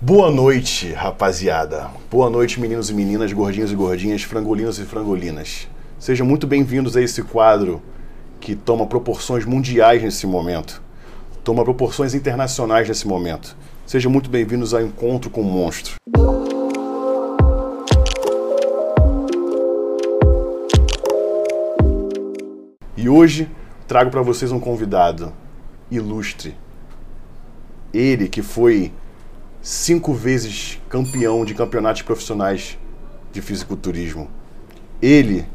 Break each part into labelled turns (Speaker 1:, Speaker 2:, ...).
Speaker 1: Boa noite, rapaziada. Boa noite, meninos e meninas, gordinhos e gordinhas, frangolinos e frangolinas. Sejam muito bem-vindos a esse quadro que toma proporções mundiais nesse momento, toma proporções internacionais nesse momento. Sejam muito bem-vindos ao Encontro com o Monstro. E hoje trago para vocês um convidado ilustre. Ele que foi cinco vezes campeão de campeonatos profissionais de fisiculturismo. Ele,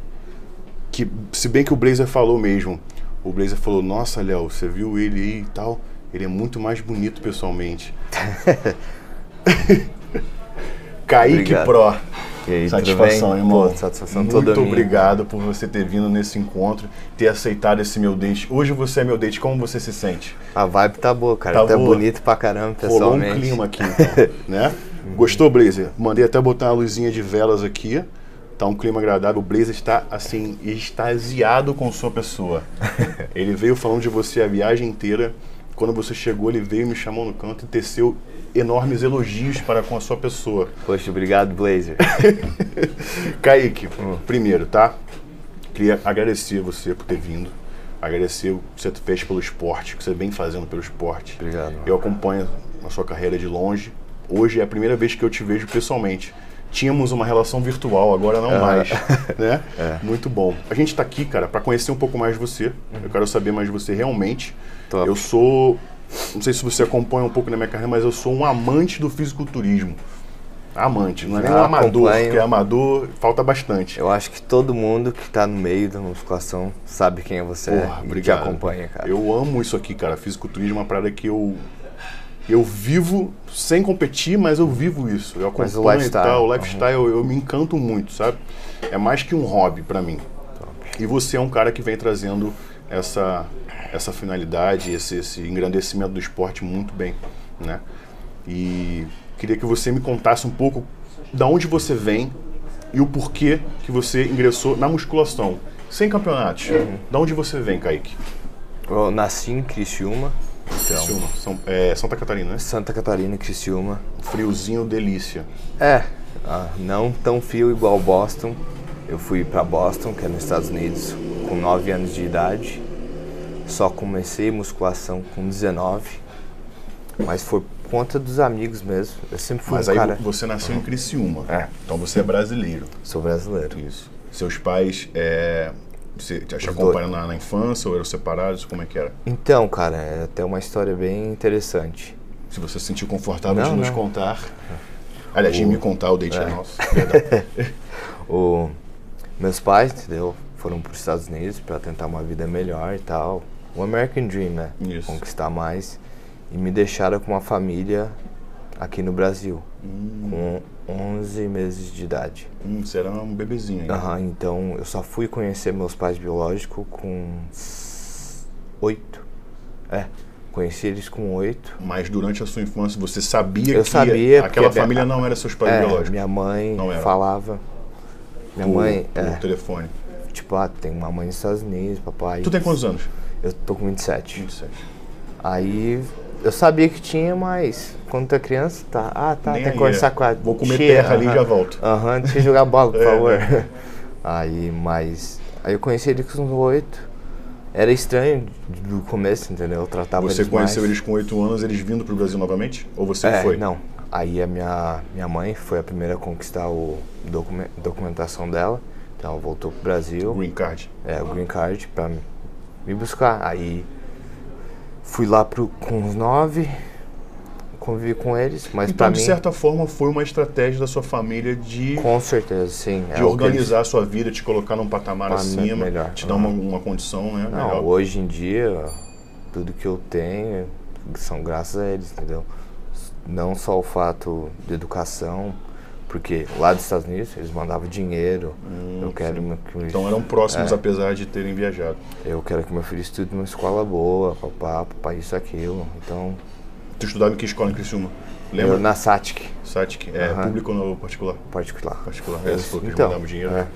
Speaker 1: que se bem que o Blazer falou mesmo, o Blazer falou: Nossa, Léo, você viu ele aí e tal? Ele é muito mais bonito pessoalmente. Kaique
Speaker 2: Obrigado.
Speaker 1: Pro.
Speaker 2: E aí,
Speaker 1: Satisfação,
Speaker 2: tudo bem?
Speaker 1: irmão.
Speaker 2: Pô, satisfação
Speaker 1: Muito
Speaker 2: toda minha.
Speaker 1: obrigado por você ter vindo nesse encontro, ter aceitado esse meu date. Hoje você é meu date, como você se sente?
Speaker 2: A vibe tá boa, cara.
Speaker 1: Tá
Speaker 2: Tá,
Speaker 1: boa.
Speaker 2: bonito pra caramba,
Speaker 1: Rolou um
Speaker 2: pessoalmente.
Speaker 1: clima aqui, então, né? Gostou, Blazer? Mandei até botar uma luzinha de velas aqui. Tá um clima agradável. O Blazer está, assim, extasiado com sua pessoa. Ele veio falando de você a viagem inteira. Quando você chegou, ele veio, me chamou no canto e teceu enormes elogios para com a sua pessoa.
Speaker 2: Poxa, obrigado, Blazer.
Speaker 1: Kaique, primeiro, tá? Queria agradecer você por ter vindo. Agradecer o que você fez pelo esporte, o que você vem fazendo pelo esporte.
Speaker 2: Obrigado, mano.
Speaker 1: Eu acompanho a sua carreira de longe. Hoje é a primeira vez que eu te vejo pessoalmente. Tínhamos uma relação virtual, agora não mais, né?
Speaker 2: É.
Speaker 1: Muito bom. A gente tá aqui, cara, para conhecer um pouco mais de você. Eu quero saber mais de você realmente.
Speaker 2: Top.
Speaker 1: Eu sou, não sei se você acompanha um pouco na minha carreira, mas eu sou um amante do fisiculturismo. Amante, não é nem um
Speaker 2: Ah,
Speaker 1: amador,
Speaker 2: acompanho.
Speaker 1: porque amador falta bastante.
Speaker 2: Eu acho que todo mundo que tá no meio da musculação sabe quem é você
Speaker 1: Porra,
Speaker 2: e te
Speaker 1: obrigado.
Speaker 2: acompanha, cara.
Speaker 1: Eu amo isso aqui, cara. Fisiculturismo é uma parada que eu eu vivo sem competir, mas eu vivo isso. Eu
Speaker 2: Mas o
Speaker 1: acompanho e
Speaker 2: lifestyle.
Speaker 1: tal, o lifestyle, eu, eu me encanto muito, sabe? É mais que um hobby pra mim. E você é um cara que vem trazendo essa essa finalidade, esse, esse engrandecimento do esporte muito bem, né? E queria que você me contasse um pouco da onde você vem e o porquê que você ingressou na musculação. Sem campeonatos.
Speaker 2: Uhum.
Speaker 1: Da onde você vem, Kaique?
Speaker 2: Eu nasci em Criciúma, então,
Speaker 1: Criciúma, São, é, Santa Catarina, né?
Speaker 2: Santa Catarina, Criciúma.
Speaker 1: Friozinho, delícia.
Speaker 2: É, ah, não tão frio igual Boston. Eu fui pra Boston, que é nos Estados Unidos, com 9 anos de idade. Só comecei musculação com 19, mas foi por conta dos amigos mesmo. Eu sempre fui
Speaker 1: Mas
Speaker 2: um
Speaker 1: aí
Speaker 2: cara.
Speaker 1: você nasceu em Criciúma.
Speaker 2: É.
Speaker 1: Então você é brasileiro.
Speaker 2: Sou brasileiro.
Speaker 1: Isso. Seus pais é, você te te acompanham na, na infância ou eram separados? Como é que era?
Speaker 2: Então, cara, é até uma história bem interessante.
Speaker 1: Se você se sentiu confortável de
Speaker 2: Não,
Speaker 1: nos
Speaker 2: não.
Speaker 1: contar. Aliás, de me contar, o date é, nosso. Verdade.
Speaker 2: O, meus pais, entendeu? Foram para os Estados Unidos para tentar uma vida melhor e tal. O American Dream, né?
Speaker 1: Isso.
Speaker 2: Conquistar mais. E me deixaram com uma família aqui no Brasil, com 11 meses de idade.
Speaker 1: Hum, você era um bebezinho ainda.
Speaker 2: Aham, então eu só fui conhecer meus pais biológicos com s- oito. É, conheci eles com oito.
Speaker 1: Mas durante a sua infância você sabia
Speaker 2: Eu
Speaker 1: que
Speaker 2: sabia, porque
Speaker 1: aquela
Speaker 2: a minha-
Speaker 1: família não era seus pais
Speaker 2: É,
Speaker 1: biológicos.
Speaker 2: minha mãe
Speaker 1: Não era.
Speaker 2: falava. Minha
Speaker 1: Por-
Speaker 2: mãe,
Speaker 1: por
Speaker 2: é,
Speaker 1: telefone.
Speaker 2: tipo, ah, tem uma mãe nos Estados Unidos, papai.
Speaker 1: Tu tem quantos anos?
Speaker 2: Eu tô com 27.
Speaker 1: 27.
Speaker 2: Aí eu sabia que tinha, mas quando tu é criança, tá. Ah, tá,
Speaker 1: Nem
Speaker 2: tem
Speaker 1: aí,
Speaker 2: que
Speaker 1: é.
Speaker 2: conversar com a
Speaker 1: Vou comer
Speaker 2: tia,
Speaker 1: terra ali e
Speaker 2: aham.
Speaker 1: já volto.
Speaker 2: Aham, deixa eu jogar bola, por
Speaker 1: É,
Speaker 2: favor.
Speaker 1: né?
Speaker 2: Aí, mas. Aí eu conheci ele com uns 8. Era estranho do começo, entendeu? Eu tratava
Speaker 1: Você
Speaker 2: eles
Speaker 1: conheceu
Speaker 2: mais.
Speaker 1: eles com 8 anos, eles vindo pro Brasil novamente? Ou você
Speaker 2: É,
Speaker 1: foi?
Speaker 2: Não. Aí a minha, minha mãe foi a primeira a conquistar o documen- documentação dela. Então ela voltou pro Brasil.
Speaker 1: Green card.
Speaker 2: é, o green card pra me me buscar. Aí fui lá pro, com os nove, convivi com eles, mas
Speaker 1: Então,
Speaker 2: pra
Speaker 1: de
Speaker 2: mim,
Speaker 1: certa forma, foi uma estratégia da sua família de,
Speaker 2: com certeza, sim.
Speaker 1: de
Speaker 2: é o que eles-
Speaker 1: organizar a sua vida, te colocar num patamar
Speaker 2: Ah,
Speaker 1: acima,
Speaker 2: melhor. Uhum.
Speaker 1: te dar uma, uma condição né,
Speaker 2: Não,
Speaker 1: melhor.
Speaker 2: hoje em dia, tudo que eu tenho são graças a eles, entendeu? Não só o fato de educação, porque lá dos Estados Unidos eles mandavam dinheiro. eu quero meu- que meu-
Speaker 1: Hum, Então eram próximos,
Speaker 2: é.
Speaker 1: apesar de terem viajado.
Speaker 2: eu quero que meu filho estude numa escola boa, papá, papai isso aquilo. Então,
Speaker 1: Tu estudava em que escola em Criciúma?
Speaker 2: eu
Speaker 1: Lembra?
Speaker 2: na SATIC
Speaker 1: Satic? É,
Speaker 2: Aham.
Speaker 1: público ou particular?
Speaker 2: particular.
Speaker 1: Particular. É, você falou que eles
Speaker 2: Então,
Speaker 1: mandavam dinheiro.
Speaker 2: é.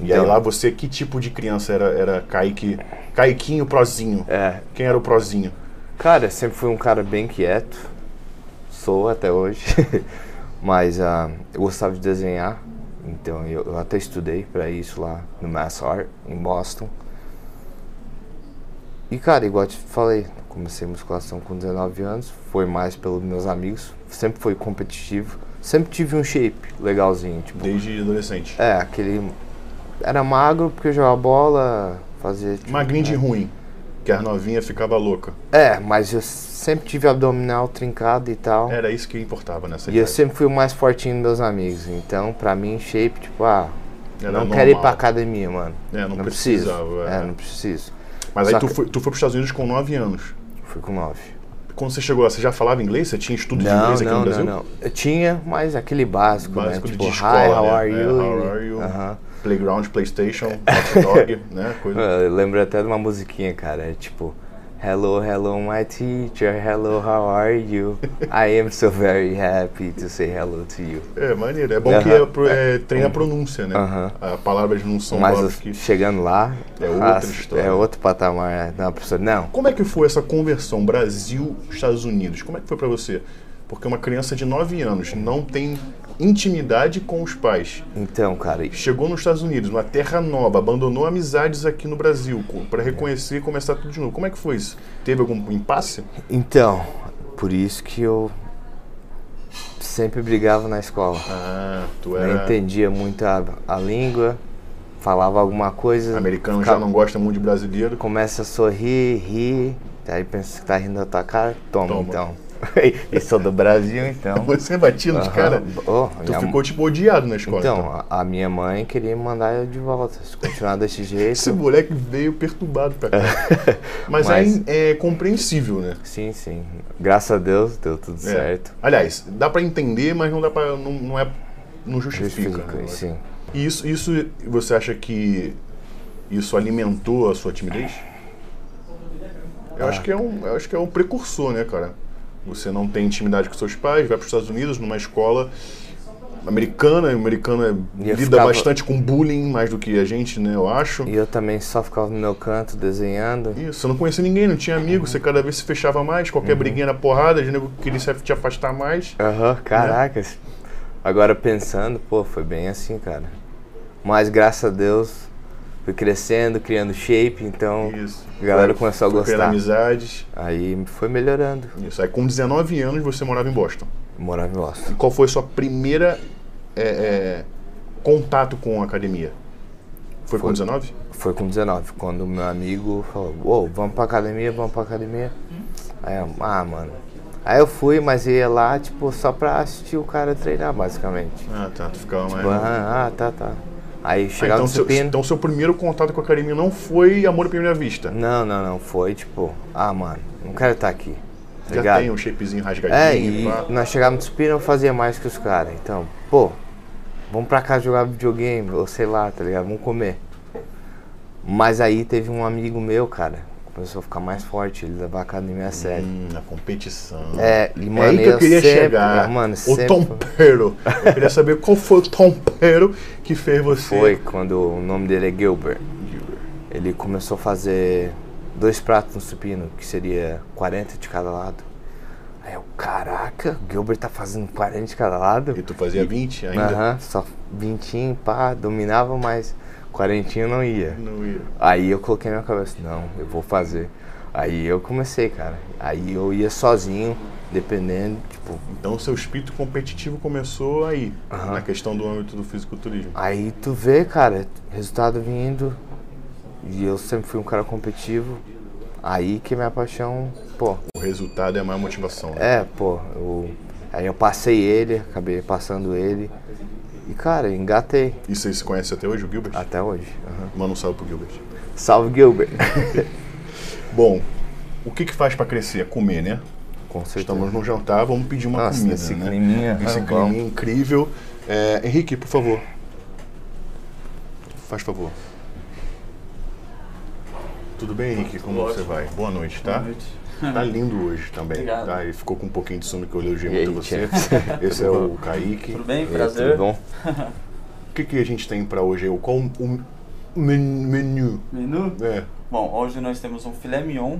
Speaker 1: E aí
Speaker 2: Então-
Speaker 1: lá você, que tipo de criança era? Era Kaique, Kaiquinho Prozinho?
Speaker 2: É,
Speaker 1: Quem era o Prozinho?
Speaker 2: cara, sempre fui um cara bem quieto, sou até hoje, mas ah, eu gostava de desenhar, então eu, eu até estudei para isso lá no Mass Art, em Boston. E cara, igual eu te falei, comecei musculação com 19 anos, foi mais pelos meus amigos, sempre foi competitivo, sempre tive um shape legalzinho, tipo,
Speaker 1: Desde adolescente.
Speaker 2: é, aquele era magro porque eu jogava bola, fazia tipo,
Speaker 1: Magrinho de ruim, que as novinha ficava louca.
Speaker 2: É, mas eu sempre tive abdominal trincado e tal.
Speaker 1: Era isso que importava nessa
Speaker 2: E eu
Speaker 1: idade.
Speaker 2: sempre fui o mais fortinho dos meus amigos. Então, pra mim, shape, tipo, ah,
Speaker 1: Era
Speaker 2: não
Speaker 1: normal.
Speaker 2: quero ir pra academia, mano.
Speaker 1: É, não,
Speaker 2: preciso.
Speaker 1: precisava. é.
Speaker 2: É, não preciso.
Speaker 1: Mas aí
Speaker 2: Só
Speaker 1: tu
Speaker 2: que-
Speaker 1: foi, tu foi para os Estados Unidos com 9 anos.
Speaker 2: Fui com nove.
Speaker 1: Quando você chegou lá, você já falava inglês? Você tinha estudo de
Speaker 2: Não,
Speaker 1: inglês aqui
Speaker 2: não,
Speaker 1: no
Speaker 2: não,
Speaker 1: Brasil?
Speaker 2: não. Eu tinha, mas aquele básico,
Speaker 1: Básico
Speaker 2: né?
Speaker 1: de
Speaker 2: Tipo,
Speaker 1: escola,
Speaker 2: hi, how
Speaker 1: né?
Speaker 2: are
Speaker 1: É,
Speaker 2: you?
Speaker 1: how are you?
Speaker 2: Aham.
Speaker 1: Playground, Playstation, Hot Dog, né? Coisa.
Speaker 2: Eu lembro até de uma musiquinha, cara. É tipo, hello, hello, my teacher. Hello, how are you? I am so very happy to say hello to you.
Speaker 1: É, maneiro. É bom
Speaker 2: Aham.
Speaker 1: que é, pro- é, treina a pronúncia, né?
Speaker 2: Aham.
Speaker 1: A palavras não são
Speaker 2: Mas
Speaker 1: palavras
Speaker 2: eu-
Speaker 1: Um que...
Speaker 2: chegando lá,
Speaker 1: É outra história.
Speaker 2: é outro patamar. né? Não, professor, não.
Speaker 1: Como é que foi essa conversão Brasil-Estados Unidos? Como é que foi pra você? Porque uma criança de 9 anos não tem intimidade com os pais.
Speaker 2: Então, cara, e-
Speaker 1: Chegou nos Estados Unidos, numa terra nova, abandonou amizades aqui no Brasil co- pra reconhecer e começar tudo de novo. Como é que foi isso? Teve algum impasse?
Speaker 2: então, por isso que eu sempre brigava na escola.
Speaker 1: Ah, tu
Speaker 2: Não
Speaker 1: era
Speaker 2: entendia muito a, a língua, falava alguma coisa.
Speaker 1: americano, já
Speaker 2: ficava-
Speaker 1: não gosta muito de brasileiro.
Speaker 2: Começa a sorrir, rir, aí pensa que tá rindo da tua cara, toma,
Speaker 1: Toma.
Speaker 2: então. e sou do Brasil, então.
Speaker 1: é Você batia nos caras.
Speaker 2: Oh,
Speaker 1: Tu
Speaker 2: minha-
Speaker 1: ficou tipo odiado na escola.
Speaker 2: Então, a, a minha mãe queria me mandar eu de volta. Se continuar desse jeito.
Speaker 1: Esse moleque veio perturbado pra cá. Mas,
Speaker 2: Mas-
Speaker 1: É, é compreensível, né?
Speaker 2: Sim, sim. Graças a Deus deu tudo
Speaker 1: É.
Speaker 2: certo.
Speaker 1: Aliás, dá pra entender, mas não dá para não, não é não justifica.
Speaker 2: Justifica,
Speaker 1: né?
Speaker 2: sim.
Speaker 1: E isso isso você acha que isso alimentou a sua timidez? Eu
Speaker 2: Ah.
Speaker 1: acho que é um eu acho que é um precursor, né, cara? Você não tem intimidade com seus pais, vai para os Estados Unidos numa escola americana, americana
Speaker 2: E eu
Speaker 1: é- lida
Speaker 2: ficava-
Speaker 1: bastante com bullying mais do que a gente, né, eu acho.
Speaker 2: E eu também só ficava no meu canto desenhando.
Speaker 1: Isso, você não conhecia ninguém, não tinha amigo, você cada vez se fechava mais,
Speaker 2: Uhum.
Speaker 1: qualquer briguinha era porrada, de nego queria se- te afastar mais.
Speaker 2: Aham, caracas. Agora pensando, pô, foi bem assim, cara. Mas graças a Deus, fui crescendo, criando shape, então
Speaker 1: Isso.
Speaker 2: a galera
Speaker 1: Foi-
Speaker 2: começou a
Speaker 1: foi criando
Speaker 2: gostar.
Speaker 1: amizades.
Speaker 2: Aí foi melhorando.
Speaker 1: Isso. Aí com 19 anos você morava em Boston.
Speaker 2: Morava em Boston.
Speaker 1: Qual foi a sua primeira é, é, contato com a academia? Foi, com
Speaker 2: Foi.
Speaker 1: 19?
Speaker 2: Foi com 19, quando meu amigo falou, uou, vamos pra academia, vamos pra academia. Aí eu, ah, mano. Aí eu fui, mas ia lá, tipo, só pra assistir o cara treinar, basicamente.
Speaker 1: Ah, tá. Tu ficava mais.
Speaker 2: Ah, ah, tá, tá. Aí
Speaker 1: Ah,
Speaker 2: chegava
Speaker 1: então,
Speaker 2: no
Speaker 1: seu,
Speaker 2: supino.
Speaker 1: então seu primeiro contato com a academia não foi amor à primeira vista.
Speaker 2: Não, não, não. Foi tipo, ah, mano, não quero estar aqui. Tá
Speaker 1: Já
Speaker 2: ligado?
Speaker 1: tem um shapezinho rasgadinho.
Speaker 2: É, e
Speaker 1: pá.
Speaker 2: nós chegávamos no supino, eu fazia mais que os caras. Então, pô, vamos pra cá jogar videogame, ou sei lá, tá ligado? Vamos comer. Mas aí teve um amigo meu, cara, começou a ficar mais forte, ele levava a academia a sério.
Speaker 1: Hum, na competição.
Speaker 2: É, e,
Speaker 1: é aí
Speaker 2: mano,
Speaker 1: que eu queria
Speaker 2: sempre,
Speaker 1: chegar.
Speaker 2: Mano,
Speaker 1: o
Speaker 2: sempre
Speaker 1: Tompero. Eu queria saber qual foi o Tompero que fez você.
Speaker 2: foi quando o nome dele é Gilbert. Ele começou a fazer dois pratos no supino, que seria 40 de cada lado. Aí eu, caraca, o Gilbert tá fazendo 40 de cada lado?
Speaker 1: E tu fazia 20 ainda?
Speaker 2: Aham, só 20, pá, dominava, mas 40 não ia.
Speaker 1: Não ia.
Speaker 2: Aí eu coloquei na minha cabeça, não, eu vou fazer. Aí eu comecei, cara. Aí eu ia sozinho, dependendo, tipo,
Speaker 1: Então seu espírito competitivo começou aí,
Speaker 2: Aham.
Speaker 1: na questão do âmbito do fisiculturismo.
Speaker 2: Aí tu vê, cara, resultado vindo. E eu sempre fui um cara competitivo. Aí que minha paixão, pô,
Speaker 1: O resultado é a maior motivação. né?
Speaker 2: é, pô, eu, aí eu passei ele, acabei passando ele. E cara, engatei
Speaker 1: E vocês se conhecem até hoje, o Gilbert?
Speaker 2: até hoje. Aham.
Speaker 1: Manda um salve pro Gilbert.
Speaker 2: Salve Gilbert.
Speaker 1: Bom, o que que faz pra crescer? Comer, né?
Speaker 2: Com certeza.
Speaker 1: Estamos no jantar, vamos pedir uma
Speaker 2: Nossa,
Speaker 1: comida,
Speaker 2: esse
Speaker 1: né?
Speaker 2: climinha,
Speaker 1: Esse
Speaker 2: ah,
Speaker 1: climinha
Speaker 2: bom.
Speaker 1: incrível. É, Henrique, por favor. Faz favor. Tudo bem, Henrique? Como
Speaker 3: Ótimo.
Speaker 1: você vai? Boa noite, tá?
Speaker 3: Boa noite.
Speaker 1: Tá lindo hoje também.
Speaker 3: Obrigado.
Speaker 1: Tá? Ele ficou com um pouquinho de sono que eu elogiei
Speaker 2: E aí,
Speaker 1: muito você.
Speaker 2: Jeff?
Speaker 1: Esse é o Kaique.
Speaker 3: Tudo bem?
Speaker 2: E aí,
Speaker 3: Prazer.
Speaker 2: Tudo bom?
Speaker 1: O que, que a gente tem pra hoje? aí? Qual o men- menu?
Speaker 3: Menu?
Speaker 1: É.
Speaker 3: Bom, hoje nós temos um filé mignon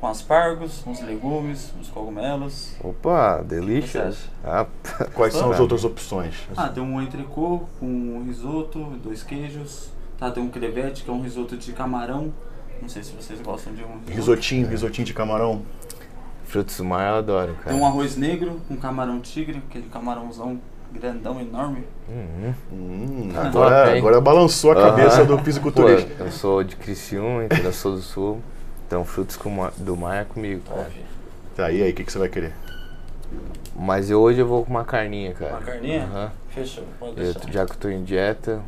Speaker 3: com aspargos, uns legumes, uns cogumelos.
Speaker 2: Opa,
Speaker 3: O
Speaker 2: delicious.
Speaker 3: que
Speaker 2: Ah,
Speaker 1: Quais são as
Speaker 2: Tá.
Speaker 1: outras opções?
Speaker 3: Ah, tem um entrecô com um risoto, dois queijos. Tá, tem um crevete, que é um risoto de camarão. Não sei se vocês gostam de um risoto.
Speaker 1: Risotinho, risotinho de camarão.
Speaker 2: frutos do mar eu adoro,
Speaker 3: Tem
Speaker 2: cara.
Speaker 3: um arroz negro com camarão tigre, aquele camarãozão grandão, enorme.
Speaker 2: Uhum.
Speaker 1: Hum,
Speaker 3: Ah,
Speaker 2: top,
Speaker 1: agora,
Speaker 2: hein?
Speaker 1: agora balançou a cabeça
Speaker 2: Aham.
Speaker 1: do fisiculturista.
Speaker 2: Pô, eu sou de Criciúma, entendeu? Eu sou do Sul. Então, frutos com ma- do mar é comigo, cara.
Speaker 1: Tá, e aí, o que, que você vai querer?
Speaker 2: Mas eu- hoje eu vou com uma carninha, cara.
Speaker 3: Uma carninha?
Speaker 2: Aham.
Speaker 3: Fechou, pode
Speaker 2: Eu,
Speaker 3: deixar.
Speaker 2: É, já que eu tô em dieta,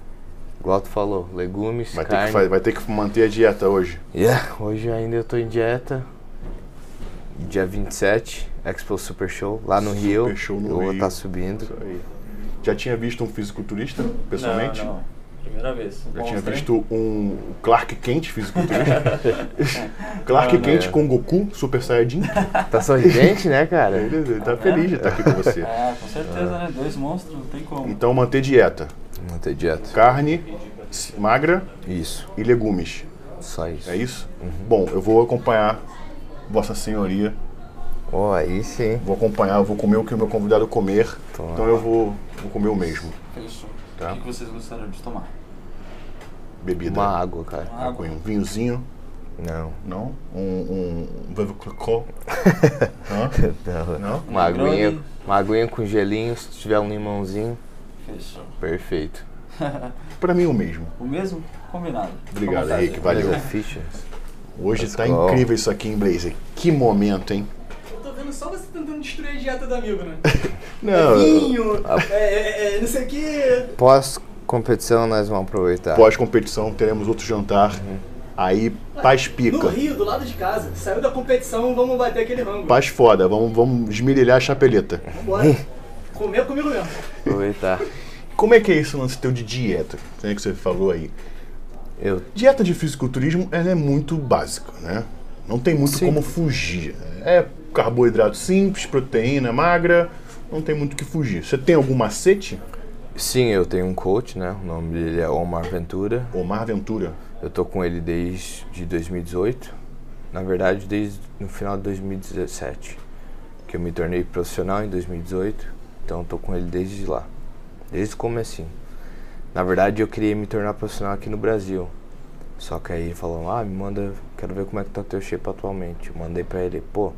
Speaker 2: igual tu falou, legumes,
Speaker 1: Vai ter,
Speaker 2: carne.
Speaker 1: que, fa- vai ter que manter a dieta hoje.
Speaker 2: Yeah, hoje ainda eu tô em dieta. Dia 27, Expo Super Show, lá no Rio.
Speaker 1: Show no
Speaker 2: eu vou
Speaker 1: Rio.
Speaker 2: estar subindo.
Speaker 1: Isso aí. Já tinha visto um fisiculturista, pessoalmente?
Speaker 3: Não, não. Primeira vez.
Speaker 1: Já
Speaker 3: Bom,
Speaker 1: tinha
Speaker 3: os três-
Speaker 1: visto um Clark Kent fisiculturista. Clark
Speaker 3: Não, é.
Speaker 1: Kent
Speaker 2: não.
Speaker 1: com Goku, Super Saiyajin.
Speaker 2: Tá sorridente, né, cara?
Speaker 1: Ele, ele tá feliz de estar aqui com você.
Speaker 3: É, com certeza, né? Dois monstros, não tem como.
Speaker 1: Então, manter dieta.
Speaker 2: Não tem dieta.
Speaker 1: Carne s- magra
Speaker 2: Isso,
Speaker 1: e legumes.
Speaker 2: só isso.
Speaker 1: É isso?
Speaker 3: Uhum.
Speaker 1: Bom, eu vou acompanhar Vossa Senhoria.
Speaker 2: Ó, aí sim.
Speaker 1: Vou acompanhar, eu vou comer o que o meu convidado comer.
Speaker 2: Tá.
Speaker 1: Então eu vou, vou comer o mesmo.
Speaker 3: Fechou.
Speaker 1: Tá.
Speaker 3: O que que vocês gostariam de tomar?
Speaker 1: Bebida.
Speaker 2: Uma água, cara.
Speaker 3: Uma água.
Speaker 1: Água, um vinhozinho,
Speaker 2: Não.
Speaker 1: não? Um. Um. Um. cocô.
Speaker 2: Não.
Speaker 1: Não?
Speaker 2: Uma
Speaker 3: Negroni.
Speaker 2: aguinha, uma aguinha com gelinho, se tiver um limãozinho,
Speaker 3: Fechou.
Speaker 2: perfeito.
Speaker 1: Pra mim o mesmo.
Speaker 3: O mesmo? Combinado. Fica à
Speaker 1: Obrigado,
Speaker 3: vontade.
Speaker 1: Henrique. Valeu.
Speaker 2: Beleza, Fichas.
Speaker 1: Hoje
Speaker 2: Let's
Speaker 1: tá
Speaker 2: go.
Speaker 1: incrível isso aqui em Blazer. Que momento, hein?
Speaker 4: Eu tô vendo só você tentando destruir a dieta do amigo, né?
Speaker 1: Não,
Speaker 4: Vinho,
Speaker 1: Ah.
Speaker 4: é, é, é, não sei o que.
Speaker 2: Pós-competição nós vamos aproveitar.
Speaker 1: pós-competição teremos outro jantar. Aí, paz
Speaker 4: No
Speaker 1: pica.
Speaker 4: Rio, do lado de casa. Saiu da competição, vamos bater aquele rango.
Speaker 1: Paz foda. Vamos, vamos esmirilhar a chapeleta.
Speaker 4: Vambora.
Speaker 1: Hum.
Speaker 4: Comer comigo mesmo.
Speaker 2: Aproveitar.
Speaker 1: Como é que é esse lance teu de dieta? Né, que você falou aí.
Speaker 2: Eu
Speaker 1: Dieta de fisiculturismo ela é muito básica, né? Não tem muito
Speaker 2: Sim.
Speaker 1: como fugir. É carboidrato simples, proteína magra, não tem muito o que fugir. Você tem algum macete?
Speaker 2: Sim, eu tenho um coach, né? O nome dele é Omar Ventura.
Speaker 1: Omar Ventura.
Speaker 2: Eu tô com ele desde de 2018. Na verdade, desde no final de 2017, que eu me tornei profissional em 2018. Então, eu tô com ele desde lá. Desde o comecinho. Na verdade, eu queria me tornar profissional aqui no Brasil. Só que aí ele falou: "Ah, me manda, quero ver como é que tá teu shape atualmente". Eu mandei pra ele: "Pô,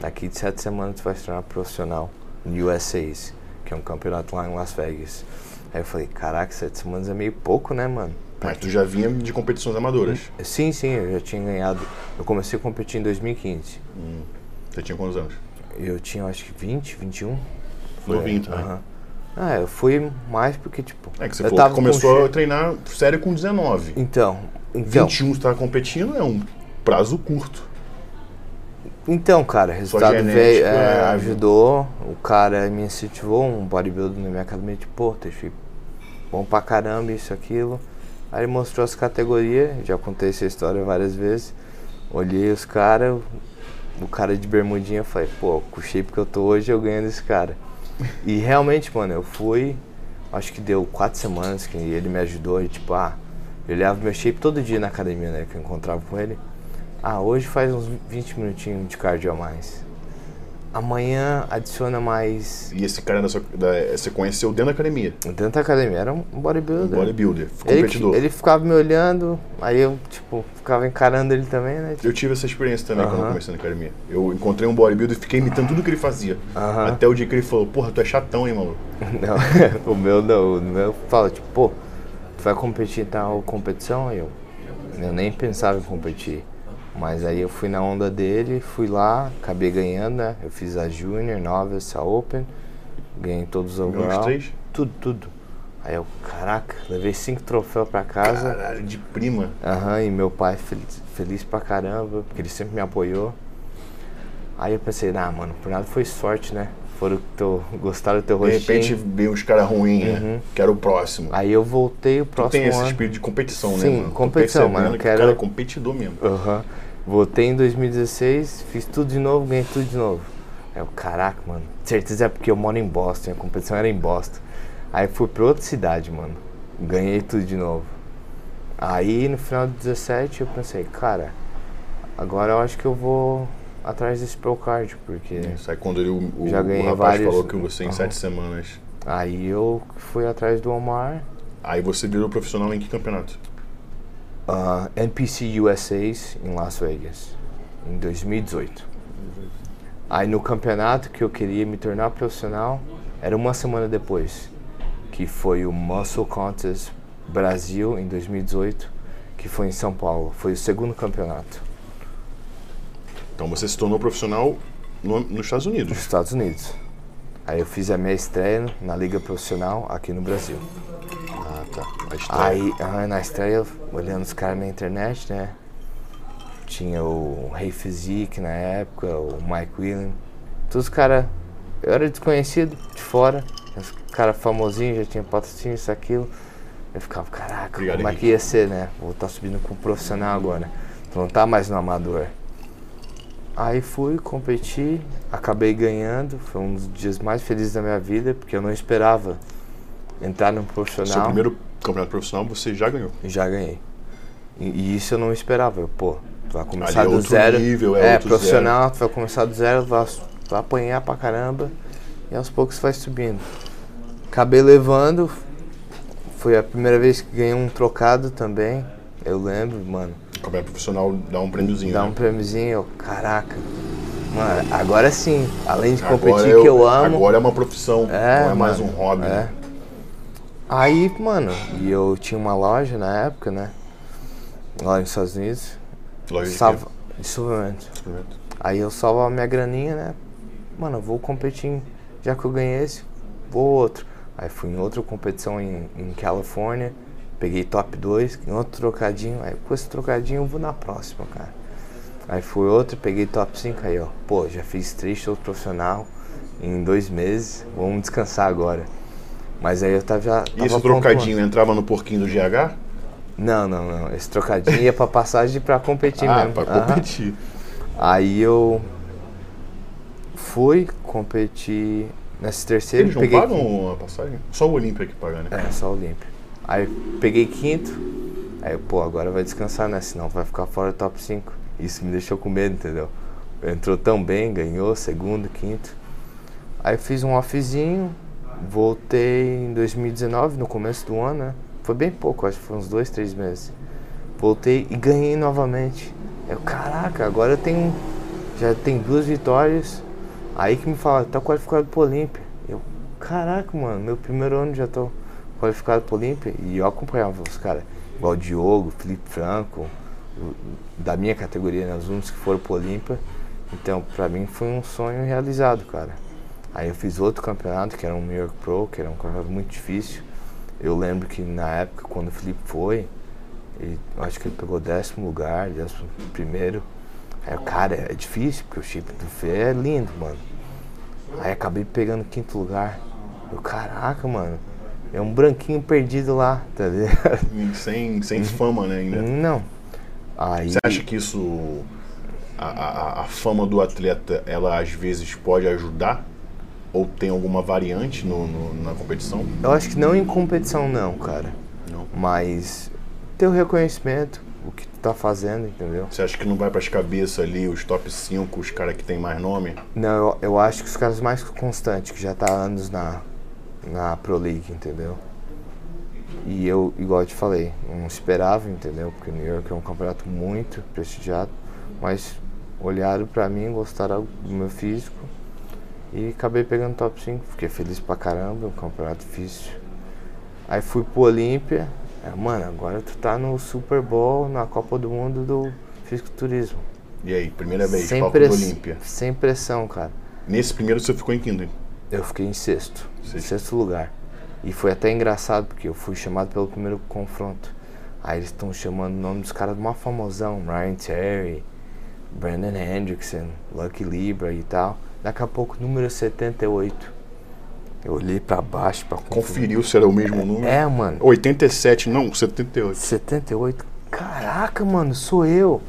Speaker 2: daqui de sete semanas tu vai se tornar profissional no USAs, que é um campeonato lá em Las Vegas". Aí eu falei: "Caraca, sete semanas é meio pouco, né, mano?" Pra
Speaker 1: Mas tu já vinha de competições amadoras.
Speaker 2: Sim, sim, eu já tinha ganhado. Eu comecei a competir em 2015.
Speaker 1: Você tinha quantos anos?
Speaker 2: É, Eu tinha, eu acho que 20, 21. Foi,
Speaker 1: Novinho também.
Speaker 2: aham. Ah, eu fui mais porque, tipo.
Speaker 1: né? É que você
Speaker 2: eu
Speaker 1: falou que
Speaker 2: com
Speaker 1: começou a
Speaker 2: che-
Speaker 1: treinar sério com 19.
Speaker 2: Então, então,
Speaker 1: 21 você tava competindo é um prazo curto.
Speaker 2: então, cara, o resultado
Speaker 1: genético,
Speaker 2: veio, é,
Speaker 1: é,
Speaker 2: ajudou. O cara me incentivou, um bodybuilder na minha academia, de pô, deixei bom pra caramba, isso, aquilo. Aí ele mostrou as categorias, já contei essa história várias vezes. Olhei os caras, o cara de bermudinha, eu falei, pô, com o shape que eu tô hoje, eu ganho desse cara. E realmente, mano, eu fui, acho que deu quatro semanas que ele me ajudou, e tipo, ah, eu olhava meu shape todo dia na academia, né, que eu encontrava com ele. Ah, hoje faz uns 20 minutinhos de cardio a mais. Amanhã adiciona mais.
Speaker 1: E esse cara da sua, da, você conheceu dentro da academia.
Speaker 2: Dentro da academia, era um
Speaker 1: Um
Speaker 2: bodybuilder.
Speaker 1: bodybuilder,
Speaker 2: Ele,
Speaker 1: competidor.
Speaker 2: ele ficava me olhando, aí eu, tipo, ficava encarando ele também, né?
Speaker 1: Eu tive essa experiência também quando eu
Speaker 2: Aham.
Speaker 1: comecei na academia. Eu encontrei um bodybuilder e fiquei imitando tudo que ele fazia.
Speaker 2: Aham.
Speaker 1: Até o dia que ele falou, porra, tu é chatão, hein, maluco?
Speaker 2: Não, o meu não. O meu fala, tipo, pô, tu vai competir em tal competição? Aí Eu, eu nem pensava em competir. Mas aí eu fui na onda dele, fui lá, acabei ganhando, né? Eu fiz a Junior, Novice, a Open, ganhei todos os
Speaker 1: Ganhou os
Speaker 2: overall.
Speaker 1: três?
Speaker 2: Tudo, tudo. Aí eu, caraca, levei cinco troféus pra casa.
Speaker 1: Caralho, de prima.
Speaker 2: Aham, e meu pai feliz, feliz pra caramba, porque ele sempre me apoiou. Aí eu pensei, ah, mano, por nada foi sorte, né? Foram teu, gostaram do teu
Speaker 1: De
Speaker 2: rostinho.
Speaker 1: repente veio os caras ruins, né? Quero o próximo.
Speaker 2: Aí eu voltei
Speaker 1: Tu
Speaker 2: o Uhum. Ah, próximo
Speaker 1: tem esse
Speaker 2: ano.
Speaker 1: espírito de competição, né,
Speaker 2: Sim,
Speaker 1: mano? Tô
Speaker 2: competição,
Speaker 1: percebendo
Speaker 2: mano, eu
Speaker 1: que
Speaker 2: quero-
Speaker 1: O cara é competidor mesmo.
Speaker 2: Aham. Voltei em 2016, fiz tudo de novo, ganhei tudo de novo. Aí eu, caraca, mano, certeza é porque eu moro em Boston, a competição era em Boston. Aí fui pra outra cidade, mano. Ganhei tudo de novo. Aí no final de 17 eu pensei, cara, Agora eu acho que eu vou atrás desse Procard, porque
Speaker 1: Sabe quando ele, o,
Speaker 2: Já
Speaker 1: o
Speaker 2: ganhei
Speaker 1: rapaz
Speaker 2: vários.
Speaker 1: falou que você em
Speaker 2: Aham.
Speaker 1: sete semanas.
Speaker 2: aí eu fui atrás do Omar.
Speaker 1: Aí você virou profissional em que campeonato?
Speaker 2: ah, NPC USAs em Las Vegas, em 2018. Aí no campeonato que eu queria me tornar profissional, era uma semana depois, que foi o Muscle Contest Brasil em 2018, que foi em São Paulo. Foi o segundo campeonato
Speaker 1: Então você se tornou profissional no- nos Estados
Speaker 2: nos
Speaker 1: Unidos.
Speaker 2: Estados Unidos. Aí eu fiz a minha estreia na Liga Profissional aqui no Brasil.
Speaker 1: Ah, tá. A estreia.
Speaker 2: Aí ah, na estreia, eu olhando os caras na internet, né? Tinha o Rei Physique na época, o Mike William. Todos os caras. Eu era desconhecido de fora. Os caras famosinhos já tinham patrocínio, isso, aquilo. Eu ficava, caraca,
Speaker 1: Obrigado,
Speaker 2: como é
Speaker 1: Henrique.
Speaker 2: que ia ser, né? Vou estar subindo com um profissional agora. Tu não tá mais no amador. Aí fui, competi, acabei ganhando. Foi um dos dias mais felizes da minha vida, porque eu não esperava entrar num
Speaker 1: Seu
Speaker 2: profissional.
Speaker 1: primeiro campeonato profissional você já ganhou.
Speaker 2: Já ganhei. E, e isso eu não esperava. Eu, pô, tu vai começar
Speaker 1: Ali é
Speaker 2: do
Speaker 1: outro
Speaker 2: zero.
Speaker 1: nível, é
Speaker 2: é,
Speaker 1: outro
Speaker 2: profissional, tu vai começar do zero, vai, ass- vai apanhar pra caramba. E aos poucos vai subindo. Acabei levando. Foi a primeira vez que ganhei um trocado também. Eu lembro, mano.
Speaker 1: Campeonato profissional dá um prêmiozinho.
Speaker 2: Dá um
Speaker 1: né?
Speaker 2: prêmiozinho, eu, caraca. Mano, agora sim, além de
Speaker 1: Agora
Speaker 2: competir
Speaker 1: é o-
Speaker 2: que eu amo.
Speaker 1: Agora é uma profissão,
Speaker 2: É,
Speaker 1: não é mais um
Speaker 2: mano,
Speaker 1: hobby.
Speaker 2: é.
Speaker 1: né?
Speaker 2: Aí, mano, e eu tinha uma loja na época, né? Lá nos Estados Unidos.
Speaker 1: Loja de
Speaker 2: Salva... De suplemento.
Speaker 1: suplemento.
Speaker 2: Aí eu salvava minha graninha, né? Mano, eu vou competir. em- Já que eu ganhei esse, vou outro. Aí fui em outra competição em, em Califórnia. Peguei top 2, em outro trocadinho. Aí com esse trocadinho eu vou na próxima, cara. Aí fui outro, peguei top 5. Aí, ó, pô, já fiz três shows profissional em dois meses. Vamos descansar agora. Mas aí eu tava já.
Speaker 1: E
Speaker 2: tava
Speaker 1: esse trocadinho entrava no porquinho do GH?
Speaker 2: Não, não, não. Esse trocadinho ia pra passagem pra competir
Speaker 1: ah,
Speaker 2: mesmo.
Speaker 1: pra
Speaker 2: Aham.
Speaker 1: competir.
Speaker 2: Aí eu fui competir nesse terceiro,
Speaker 1: Eles não
Speaker 2: peguei
Speaker 1: pagam a passagem? Só o Olímpia que paga, né?
Speaker 2: é, só Olímpia. Aí peguei quinto. Aí, eu, pô, agora vai descansar, né? Senão vai ficar fora do top 5. Isso me deixou com medo, entendeu? Entrou tão bem, ganhou segundo, quinto. Aí fiz um offzinho, voltei em 2019, no começo do ano, né? Foi bem pouco, acho que foi uns dois, três meses. Voltei e ganhei novamente. Eu, caraca, agora eu tenho. Já tem duas vitórias. Aí que me fala, tá qualificado pro Olímpia. Eu, caraca, mano, meu primeiro ano já tô qualificado pro Olímpia. E eu acompanhava os caras, igual o Diogo, Felipe Franco, o- da minha categoria, né? Os únicos que foram pro Olímpia. Então, pra mim foi um sonho realizado, cara. Aí eu fiz outro campeonato, que era um New York Pro, que era um campeonato muito difícil. Eu lembro que na época, quando o Felipe foi, ele, eu acho que ele pegou décimo lugar, décimo primeiro. Aí, eu, cara, é difícil, porque o chip do Fê é lindo, mano. Aí acabei pegando quinto lugar. Eu, caraca, mano, é um branquinho perdido lá, tá ligado?
Speaker 1: E Sem, sem
Speaker 2: Uhum.
Speaker 1: fama, né, ainda.
Speaker 2: Não. Aí,
Speaker 1: Você acha que isso... A, a- a- a fama do atleta, ela às vezes pode ajudar? Ou tem alguma variante no- no- na competição?
Speaker 2: eu acho que não em competição, não, cara.
Speaker 1: Não.
Speaker 2: Mas ter o reconhecimento, o que tu tá fazendo, entendeu?
Speaker 1: Você acha que não vai pras cabeças ali os top 5, os caras que tem mais nome?
Speaker 2: Não, eu, eu acho que os caras mais constantes, que já tá há anos na, na Pro League, entendeu? E eu, igual eu te falei, não esperava, entendeu? Porque New York é um campeonato muito prestigiado, mas olharam pra mim, gostaram do meu físico e acabei pegando top 5, fiquei feliz pra caramba, é um campeonato difícil. Aí fui pro Olímpia, aí, mano, agora tu tá no Super Bowl, na Copa do Mundo do Fisiculturismo.
Speaker 1: E aí, primeira vez,
Speaker 2: Sem,
Speaker 1: palco do
Speaker 2: press-
Speaker 1: Olímpia.
Speaker 2: sem pressão, cara.
Speaker 1: Nesse primeiro você ficou em quinto, hein?
Speaker 2: Eu fiquei em sexto, em
Speaker 1: Sexto.
Speaker 2: sexto lugar. E foi até engraçado, porque eu fui chamado pelo primeiro confronto. Aí eles estão chamando o nome dos caras mais famosão, Ryan Terry, Brandon Hendrickson, Lucky Libra e tal. Daqui a pouco, número 78. Eu olhei pra baixo pra conferir.
Speaker 1: Conferiu se era o mesmo número?
Speaker 2: É, mano.
Speaker 1: 87, não, 78.
Speaker 2: 78. Caraca, mano, sou eu.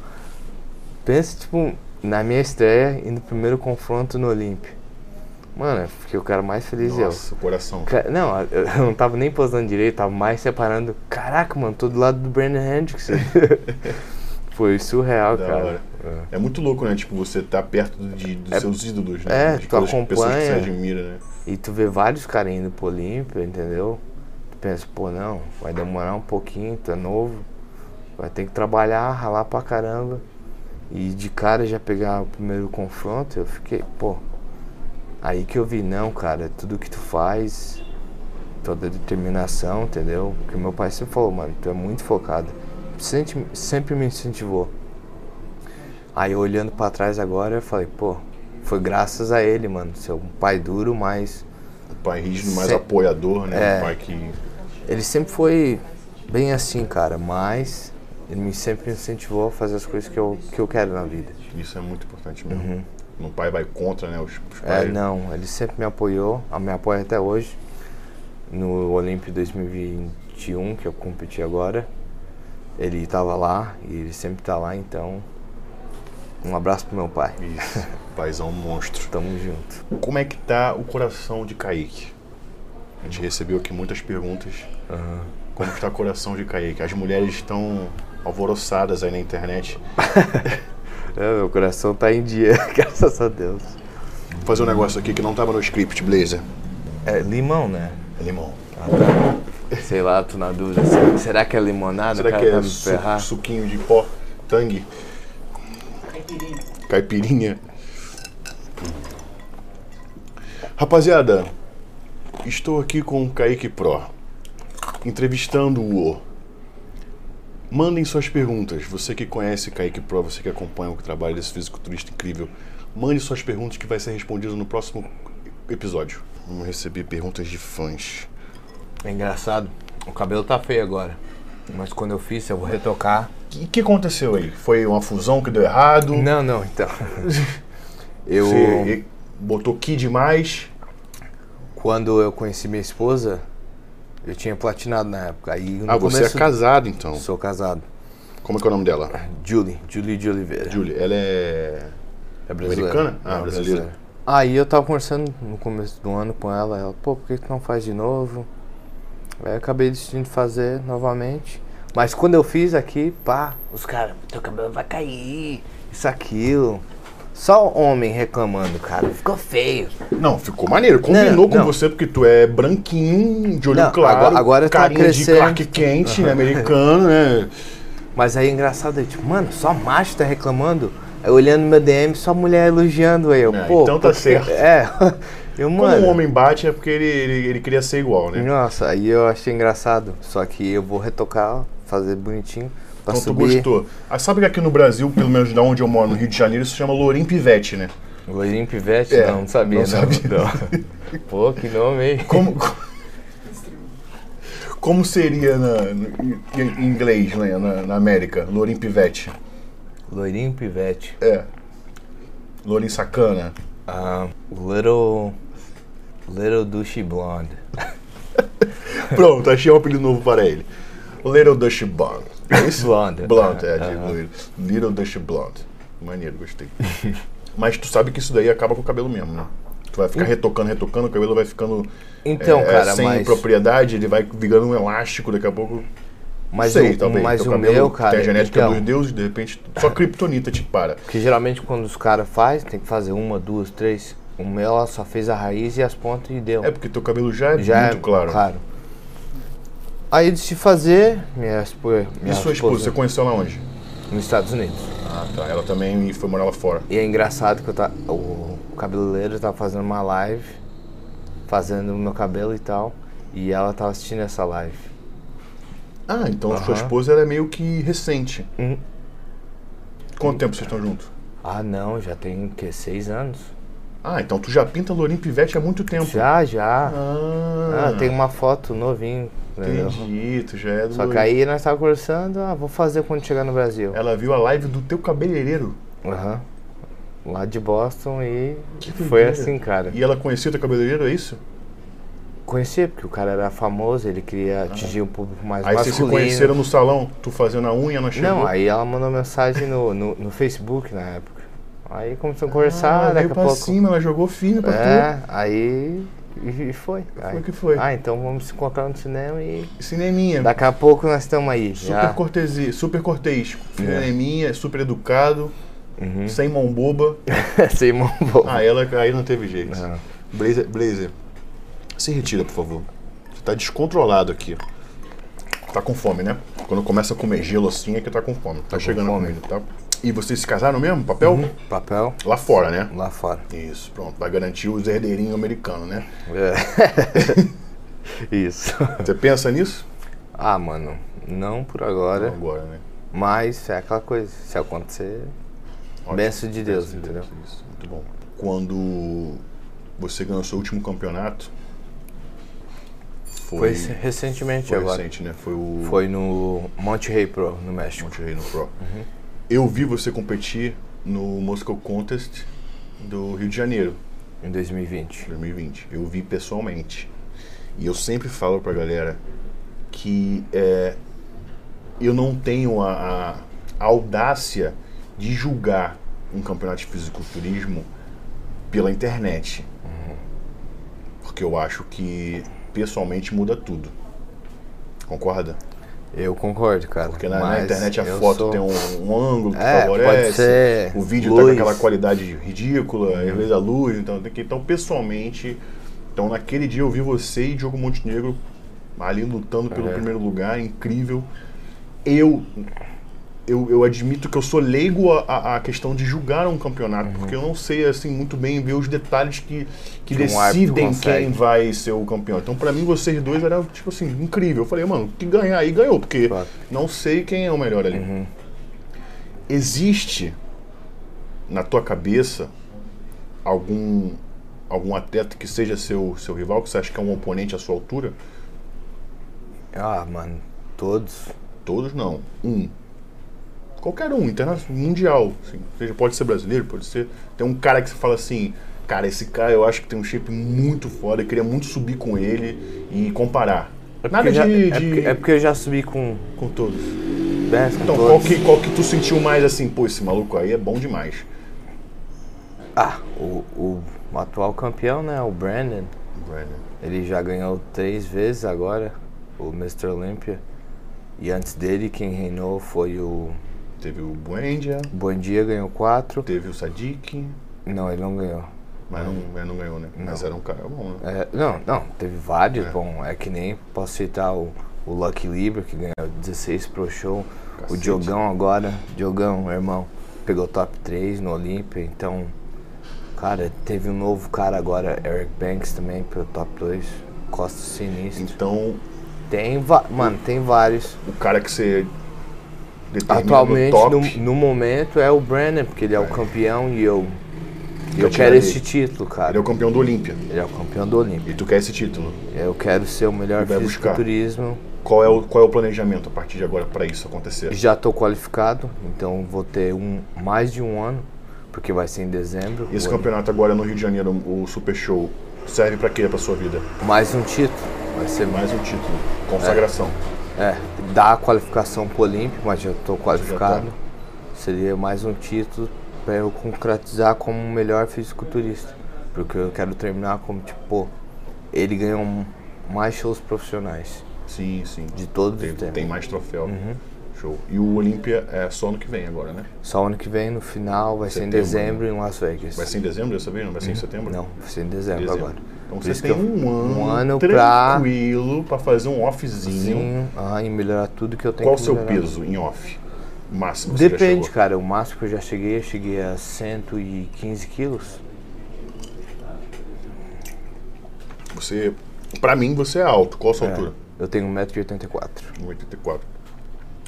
Speaker 2: Pensa, tipo, na minha estreia e no primeiro confronto no Olímpio. Mano, eu fiquei o cara mais feliz eu.
Speaker 1: Nossa, coração.
Speaker 2: Ca- Não, eu eu não tava nem posando direito, tava mais separando. Caraca, mano, tô do lado do Brandon Hendrickson. Foi surreal,
Speaker 1: Da
Speaker 2: cara.
Speaker 1: hora. É muito louco, né? Tipo, você tá perto de, dos
Speaker 2: É-
Speaker 1: seus ídolos,
Speaker 2: é,
Speaker 1: né?
Speaker 2: tu
Speaker 1: de aquelas pessoas que você
Speaker 2: acompanha.
Speaker 1: admira, né?
Speaker 2: E tu vê vários caras indo pro Olímpia, entendeu? Tu pensa, pô, não, vai demorar um pouquinho, tu é novo, vai ter que trabalhar, ralar pra caramba. E de cara já pegar o primeiro confronto, eu fiquei, pô. Aí que eu vi, não, cara, tudo que tu faz, toda determinação, entendeu? Porque meu pai sempre falou, mano, tu é muito focado. Sente- sempre me incentivou. Aí olhando pra trás agora, eu falei, pô, foi graças a ele, mano. Seu pai duro, mas
Speaker 1: O pai rígido, mais
Speaker 2: Se-
Speaker 1: apoiador, né?
Speaker 2: É.
Speaker 1: O pai que.
Speaker 2: ele sempre foi bem assim, cara. Mas ele me sempre incentivou a fazer as coisas que eu, que eu quero na vida.
Speaker 1: Isso é muito importante mesmo. Um pai vai contra, né? Os, os
Speaker 2: Uhum. É,
Speaker 1: pais.
Speaker 2: não, ele sempre me apoiou, a- me apoia até hoje. No Olímpio 2021, que eu competi agora, ele tava lá e ele sempre tá lá, então. Um abraço pro meu pai.
Speaker 1: Isso. Paizão monstro.
Speaker 2: Tamo junto.
Speaker 1: Como é que tá o coração de Kaique? A gente recebeu aqui muitas perguntas. Como está o coração de Kaique? As mulheres estão alvoroçadas aí na internet.
Speaker 2: É, meu coração tá em dia, graças a Deus.
Speaker 1: Vou fazer um negócio aqui que não tava no script, Blazer.
Speaker 2: É limão, né?
Speaker 1: É limão.
Speaker 2: Sei lá, tô na dúvida. Será- Será que é limonada? o
Speaker 1: Será
Speaker 2: cara
Speaker 1: que
Speaker 2: tá
Speaker 1: é
Speaker 2: me
Speaker 1: su-
Speaker 2: ferrar?
Speaker 1: suquinho de pó? Tangue? Caipirinha. Rapaziada, estou aqui com o Kaique Pro, entrevistando-o. Mandem suas perguntas. Você que conhece Kaique Pro, você que acompanha o trabalho desse fisiculturista incrível, mande suas perguntas que vai ser respondido no próximo episódio. Vamos receber perguntas de fãs.
Speaker 2: É engraçado. O cabelo tá feio agora. Mas quando eu fiz, eu vou retocar.
Speaker 1: O que, que aconteceu aí? Foi uma fusão que deu errado?
Speaker 2: Não, não, então. Eu.
Speaker 1: Você botou Ki demais.
Speaker 2: Quando eu conheci minha esposa, eu tinha platinado na época. Aí no
Speaker 1: Ah, você
Speaker 2: começo-
Speaker 1: é casado então.
Speaker 2: Sou casado.
Speaker 1: Como é que é o nome dela?
Speaker 2: Julie, Julie de Oliveira.
Speaker 1: Julie. Ela é.
Speaker 2: É brasileira.
Speaker 1: Americana? Ah,
Speaker 2: É
Speaker 1: brasileira.
Speaker 2: Aí eu tava conversando no começo do ano com ela, ela, pô, por que tu não faz de novo? Aí eu acabei decidindo fazer novamente. Mas quando eu fiz aqui, pá, os caras, teu cabelo vai cair, isso, aquilo. Só homem reclamando, cara. Ficou feio.
Speaker 1: Não, ficou maneiro. Combinou
Speaker 2: Não,
Speaker 1: com
Speaker 2: não.
Speaker 1: você, porque tu é branquinho, de olho
Speaker 2: Não,
Speaker 1: claro.
Speaker 2: agora- agora tá
Speaker 1: carinha
Speaker 2: crescendo.
Speaker 1: de Clark Kent, né? Americano, né?
Speaker 2: Mas aí é engraçado, eu tipo, mano, só macho tá reclamando. Aí olhando meu DM, só mulher elogiando aí. Eu,
Speaker 1: É,
Speaker 2: pô,
Speaker 1: então tá
Speaker 2: por quê?
Speaker 1: certo.
Speaker 2: É. Eu, mano.
Speaker 1: Como um homem bate é porque ele, ele, ele queria ser igual, né?
Speaker 2: Nossa, aí eu achei engraçado. Só que eu vou retocar, fazer bonitinho pra
Speaker 1: Então tu
Speaker 2: subir.
Speaker 1: gostou. Ah, sabe que aqui no Brasil, pelo menos da onde eu moro, no Rio de Janeiro, isso se chama Lourinho Pivete, né?
Speaker 2: Loirinho Pivete?
Speaker 1: É,
Speaker 2: não, não sabia.
Speaker 1: não sabia.
Speaker 2: não. Pô, que nome, hein?
Speaker 1: Como. Como seria na- no- em em inglês, né? Na, na América? Lourinho Pivete.
Speaker 2: Loirinho Pivete.
Speaker 1: É. Lourinho Sacana.
Speaker 2: Ah, little... Little Douche Blonde.
Speaker 1: Pronto, achei um apelido novo para ele. Little Dutch Blonde. É isso?
Speaker 2: Blonde.
Speaker 1: Blonde, é,
Speaker 2: Ah,
Speaker 1: de
Speaker 2: ah.
Speaker 1: loiro. Little Dutch Blonde. Maneiro, gostei. Mas tu sabe que isso daí acaba com o cabelo mesmo, né? Tu vai ficar retocando, retocando, o cabelo vai ficando
Speaker 2: Hum. Então,
Speaker 1: é,
Speaker 2: cara,
Speaker 1: sem
Speaker 2: mas...
Speaker 1: propriedade, ele vai virando um elástico, daqui a pouco.
Speaker 2: Mas,
Speaker 1: sei,
Speaker 2: o,
Speaker 1: talvez.
Speaker 2: mas
Speaker 1: teu
Speaker 2: o
Speaker 1: cabelo
Speaker 2: meu,
Speaker 1: que
Speaker 2: cara...
Speaker 1: Tem a genética
Speaker 2: então,
Speaker 1: dos deuses, de repente, só a kriptonita te para.
Speaker 2: Porque geralmente quando os caras fazem, tem que fazer uma, duas, três. O meu, ela só fez a raiz e as pontas e deu.
Speaker 1: É porque teu cabelo já é
Speaker 2: Já
Speaker 1: muito
Speaker 2: é
Speaker 1: claro.
Speaker 2: Aí eu decidi fazer minha, expo, minha
Speaker 1: E sua esposa, você conheceu ela onde?
Speaker 2: nos Estados Unidos.
Speaker 1: Ah, tá. Ela também foi morar lá fora.
Speaker 2: E é engraçado que eu tá, o cabeleireiro tava fazendo uma live, fazendo o meu cabelo e tal, e ela tava assistindo essa live.
Speaker 1: Ah, então sua
Speaker 2: Aham.
Speaker 1: esposa ela é meio que recente.
Speaker 2: Uhum.
Speaker 1: Hum. Quanto tempo vocês estão juntos?
Speaker 2: Ah não, já tem o quê? Seis anos?
Speaker 1: Ah, então tu já pinta lourinho pivete há muito tempo.
Speaker 2: Já, já.
Speaker 1: Ah,
Speaker 2: Ah, tem uma foto novinho, entendeu?
Speaker 1: entendi. Tu já é do.
Speaker 2: Só que aí nós tava conversando, ah, vou fazer quando chegar no Brasil.
Speaker 1: Ela viu a live do teu cabeleireiro.
Speaker 2: Aham. Lá de Boston e foi
Speaker 1: doideira.
Speaker 2: assim, cara.
Speaker 1: E ela conhecia o teu cabeleireiro, é isso?
Speaker 2: Conhecia, porque o cara era famoso, ele queria atingir um público mais
Speaker 1: Ah. Aí vocês se
Speaker 2: masculino.
Speaker 1: conheceram no salão, tu fazendo a unha, ela chegou.
Speaker 2: Não, aí ela mandou mensagem no, no, no Facebook na época. Aí começou a
Speaker 1: Ah,
Speaker 2: conversar,
Speaker 1: veio
Speaker 2: daqui a
Speaker 1: pra
Speaker 2: pouco.
Speaker 1: cima, ela jogou firme pra tu.
Speaker 2: é, aí E, e foi. Aí-
Speaker 1: o que foi.
Speaker 2: Ah, então vamos se encontrar no cinema e
Speaker 1: Cineminha.
Speaker 2: daqui a pouco nós estamos aí.
Speaker 1: Super
Speaker 2: já.
Speaker 1: cortesia, super cortês. Cineminha, super educado, sem mão boba.
Speaker 2: Sem mão boa.
Speaker 1: Ah, ela aí não teve jeito.
Speaker 2: Não.
Speaker 1: É. Blazer, Blazer, se retira, por favor. Você tá descontrolado aqui. Tá com fome, né? Quando começa a comer gelo assim é que tá com fome. Tá, chegando
Speaker 2: fome.
Speaker 1: a comida, tá? E vocês se casaram mesmo? Papel?
Speaker 2: Papel
Speaker 1: Lá fora, né?
Speaker 2: lá fora.
Speaker 1: Isso, pronto. Vai garantir os herdeirinhos americanos, né?
Speaker 2: É. Isso.
Speaker 1: Você pensa nisso?
Speaker 2: Ah, mano, não por agora,
Speaker 1: Agora, né?
Speaker 2: mas é aquela coisa, se acontecer,
Speaker 1: Ótimo.
Speaker 2: benção de Deus,
Speaker 1: Isso,
Speaker 2: entendeu?
Speaker 1: Isso, muito bom. Quando você ganhou seu último campeonato,
Speaker 2: Foi
Speaker 1: foi,
Speaker 2: rec- recentemente
Speaker 1: foi
Speaker 2: agora.
Speaker 1: recente, né? Foi o
Speaker 2: Foi no Monte Rei Pro, no México.
Speaker 1: Monte Rei no Pro.
Speaker 2: Uhum.
Speaker 1: Eu vi você competir no Moscow Contest do Rio de Janeiro,
Speaker 2: Em 2020.
Speaker 1: 2020. Eu vi pessoalmente. E eu sempre falo pra galera que é, eu não tenho a, a audácia de julgar um campeonato de fisiculturismo pela internet. Porque eu acho que pessoalmente muda tudo. Concorda?
Speaker 2: Eu concordo, cara.
Speaker 1: Porque na, na
Speaker 2: mas
Speaker 1: internet a
Speaker 2: eu
Speaker 1: foto
Speaker 2: sou-
Speaker 1: tem um, um ângulo que
Speaker 2: É,
Speaker 1: favorece.
Speaker 2: pode ser
Speaker 1: O vídeo tá com
Speaker 2: luz.
Speaker 1: aquela qualidade ridícula, às vezes a luz, então, tem que- então pessoalmente. Então naquele dia eu vi você e Diogo Montenegro ali lutando pelo
Speaker 2: É.
Speaker 1: primeiro lugar, incrível. Eu, eu eu admito que eu sou leigo a- a, a questão de julgar um campeonato,
Speaker 2: Uhum.
Speaker 1: porque eu não sei assim muito bem ver os detalhes que, que,
Speaker 2: Que um árbitro
Speaker 1: decidem quem
Speaker 2: consegue.
Speaker 1: vai ser o campeão. Então pra mim vocês dois era tipo assim, incrível. Eu falei, mano, que ganhar aí ganhou, porque
Speaker 2: Claro.
Speaker 1: não sei quem é o melhor ali. Existe na tua cabeça algum algum atleta que seja seu seu rival que você acha que é um oponente à sua altura?
Speaker 2: Ah, mano, todos.
Speaker 1: Todos não. Um. Qualquer um, interna- mundial. assim. Seja, pode ser brasileiro, pode ser. Tem um cara que você fala assim, cara, esse cara eu acho que tem um shape muito foda, eu queria muito subir com ele e comparar. Nada
Speaker 2: Porque
Speaker 1: de.
Speaker 2: já-
Speaker 1: de-
Speaker 2: é, porque, é porque eu já subi com
Speaker 1: com todos.
Speaker 2: 10, com
Speaker 1: Então, qual
Speaker 2: todos.
Speaker 1: que, qual que tu sentiu mais assim, pô, esse maluco aí é bom demais.
Speaker 2: Ah, o, o atual campeão, né, o Brandon,
Speaker 1: Brandon.
Speaker 2: ele já ganhou três vezes agora, o Mr. Olympia. E antes dele, quem reinou foi o
Speaker 1: Teve o Buendia,
Speaker 2: Bom Dia, ganhou quatro.
Speaker 1: teve o Sadik,
Speaker 2: Não, ele não ganhou.
Speaker 1: mas não, mas não ganhou, né? Mas era um cara bom, né?
Speaker 2: É, não, não, teve vários. Bom, é que nem posso citar o, o Lucky Libre, que ganhou 16 pro show. O
Speaker 1: Cacete.
Speaker 2: Diogão agora, Diogão, irmão, pegou top 3 no Olímpia, então. Cara, teve um novo cara agora, Eric Banks também, pelo top 2. Costa Sinistro.
Speaker 1: Então,
Speaker 2: Tem, va- mano, tem vários.
Speaker 1: o cara que você determina
Speaker 2: Atualmente,
Speaker 1: no
Speaker 2: no,
Speaker 1: top,
Speaker 2: no momento, é o Brandon, porque ele é o campeão e eu. e
Speaker 1: Eu
Speaker 2: Eu quero
Speaker 1: tirei.
Speaker 2: esse título,
Speaker 1: ele é
Speaker 2: cara.
Speaker 1: o campeão do Olímpia.
Speaker 2: Ele é o campeão do Olímpia.
Speaker 1: E tu quer esse título.
Speaker 2: Eu quero ser o melhor
Speaker 1: Vai buscar.
Speaker 2: fisiculturismo.
Speaker 1: Qual é o, qual é o planejamento a partir de agora para isso acontecer?
Speaker 2: Já estou qualificado, então vou ter um, mais de um ano, porque vai ser em dezembro.
Speaker 1: Esse
Speaker 2: o-
Speaker 1: campeonato agora no Rio de Janeiro, o Super Show, serve para quê para sua vida?
Speaker 2: Mais um título. Vai ser mais.
Speaker 1: Mais um título, consagração.
Speaker 2: É, dá a qualificação pro Olímpico, mas já estou qualificado.
Speaker 1: tá.
Speaker 2: Seria mais um título para eu concretizar como o melhor fisiculturista. Porque eu quero terminar como, tipo, pô, ele ganhou um- mais shows profissionais
Speaker 1: Sim, sim.
Speaker 2: de Uhum. todos
Speaker 1: Tem,
Speaker 2: os tempos.
Speaker 1: tem mais troféu. Show. E o Olímpia é só ano que vem agora, né?
Speaker 2: Só ano que vem, no final, vai ser em
Speaker 1: Setembro, né?
Speaker 2: dezembro em Las Vegas.
Speaker 1: Vai ser em dezembro dessa vez? Não vai ser em setembro?
Speaker 2: Uhum. Não, vai ser em dezembro,
Speaker 1: Dezembro.
Speaker 2: agora.
Speaker 1: Então
Speaker 2: Por
Speaker 1: você
Speaker 2: isso
Speaker 1: tem
Speaker 2: que eu-
Speaker 1: um ano,
Speaker 2: um ano pra-
Speaker 1: tranquilo pra fazer um offzinho.
Speaker 2: Sim, ah, e melhorar tudo que eu tenho
Speaker 1: Qual o
Speaker 2: que
Speaker 1: seu
Speaker 2: melhorar.
Speaker 1: peso em off? Máximo que você já
Speaker 2: Depende,
Speaker 1: chegou?
Speaker 2: cara. O máximo que eu já cheguei, eu cheguei a 115 quilos.
Speaker 1: Você, pra mim, você é alto. Qual a sua altura?
Speaker 2: Eu tenho 1,84m.
Speaker 1: 1,84.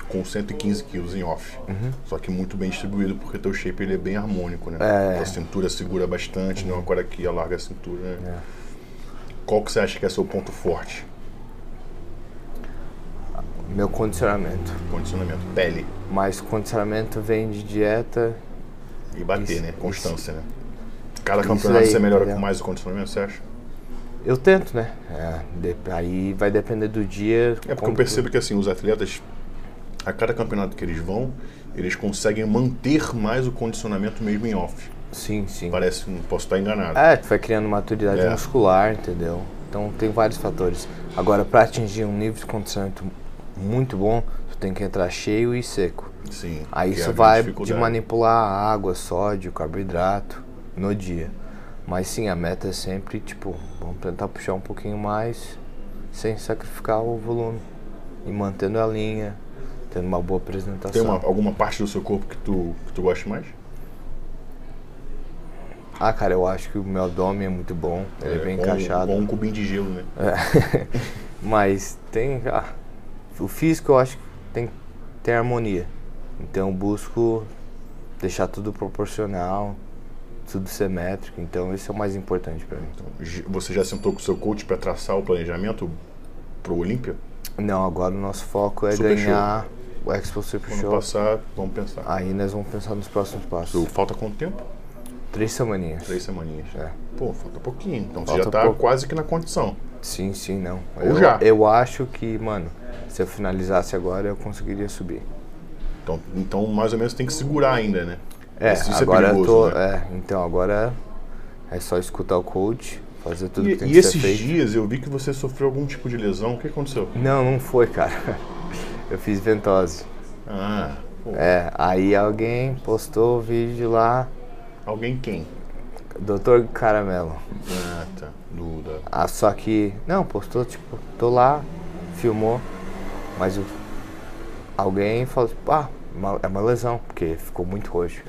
Speaker 1: Com 115 quilos em off.
Speaker 2: Uhum.
Speaker 1: Só que muito bem distribuído, porque teu shape ele é bem harmônico, né?
Speaker 2: É.
Speaker 1: A cintura segura bastante, não é agora aqui alarga a cintura,
Speaker 2: É.
Speaker 1: né? Qual que você acha que é seu ponto forte?
Speaker 2: Meu condicionamento.
Speaker 1: Condicionamento. Pele.
Speaker 2: Mas condicionamento vem de dieta.
Speaker 1: E bater,
Speaker 2: Isso,
Speaker 1: né?
Speaker 2: isso.
Speaker 1: Constância, né? Cada
Speaker 2: Isso
Speaker 1: campeonato
Speaker 2: aí,
Speaker 1: você melhora
Speaker 2: entendeu?
Speaker 1: com mais o condicionamento, você acha?
Speaker 2: Eu tento, né? É, de- aí vai depender do dia.
Speaker 1: É porque eu percebo que assim, os atletas, a cada campeonato que eles vão, eles conseguem manter mais o condicionamento mesmo em off.
Speaker 2: Sim, sim.
Speaker 1: Parece um. Posso estar enganado.
Speaker 2: É, tu vai criando maturidade
Speaker 1: É.
Speaker 2: muscular, entendeu? Então tem vários fatores. Agora, pra atingir um nível de condicionamento muito bom, tu tem que entrar cheio e seco.
Speaker 1: Sim.
Speaker 2: Aí
Speaker 1: que é a
Speaker 2: isso
Speaker 1: grande
Speaker 2: vai de
Speaker 1: dificuldade.
Speaker 2: manipular a água, sódio, carboidrato no dia. Mas sim, a meta é sempre, tipo, vamos tentar puxar um pouquinho mais sem sacrificar o volume. E mantendo a linha, tendo uma boa apresentação.
Speaker 1: Tem uma, alguma parte do seu corpo que tu, que tu gosta mais?
Speaker 2: Ah, cara, eu acho que o meu abdômen é muito bom, ele é, bem
Speaker 1: bom-
Speaker 2: encaixado.
Speaker 1: Bom um cubinho de gelo, né?
Speaker 2: É. Mas tem. ah, o físico eu acho que tem que ter harmonia. Então eu busco deixar tudo proporcional, tudo simétrico. Então isso é o mais importante pra mim.
Speaker 1: G- Você já sentou com o seu coach para traçar o planejamento pro Olímpia?
Speaker 2: Não, agora o nosso foco é
Speaker 1: Super Show.
Speaker 2: ganhar o Expo Super
Speaker 1: Quando
Speaker 2: Show. Ah.
Speaker 1: passar, vamos pensar.
Speaker 2: Aí nós vamos pensar nos próximos
Speaker 1: Tu
Speaker 2: passos.
Speaker 1: falta quanto tempo?
Speaker 2: Três semaninhas.
Speaker 1: Três semaninhas.
Speaker 2: É.
Speaker 1: Pô, falta pouquinho. Então você
Speaker 2: Falta
Speaker 1: já tá
Speaker 2: pouco.
Speaker 1: quase que na condição.
Speaker 2: Sim, sim, não.
Speaker 1: Ou
Speaker 2: eu,
Speaker 1: já.
Speaker 2: eu acho que, mano, se eu finalizasse agora eu conseguiria subir.
Speaker 1: Então, então mais ou menos tem que segurar ainda, né?
Speaker 2: É,
Speaker 1: Isso- isso é
Speaker 2: agora eu tô.
Speaker 1: perigoso,
Speaker 2: É, então agora é só escutar o coach, fazer tudo
Speaker 1: E,
Speaker 2: que tem
Speaker 1: e
Speaker 2: que ser
Speaker 1: esses
Speaker 2: feito.
Speaker 1: dias eu vi que você sofreu algum tipo de lesão. O que aconteceu?
Speaker 2: Não, não foi, cara. Eu fiz ventose.
Speaker 1: Ah, pô,
Speaker 2: É, aí alguém postou o vídeo lá,
Speaker 1: alguém quem?
Speaker 2: Dr. Caramelo.
Speaker 1: Ah, tá. Do, da-
Speaker 2: Ah, só que. Não, postou, tipo, tô lá, filmou, mas o, alguém falou, tipo, ah, uma- é uma lesão, porque ficou muito roxo.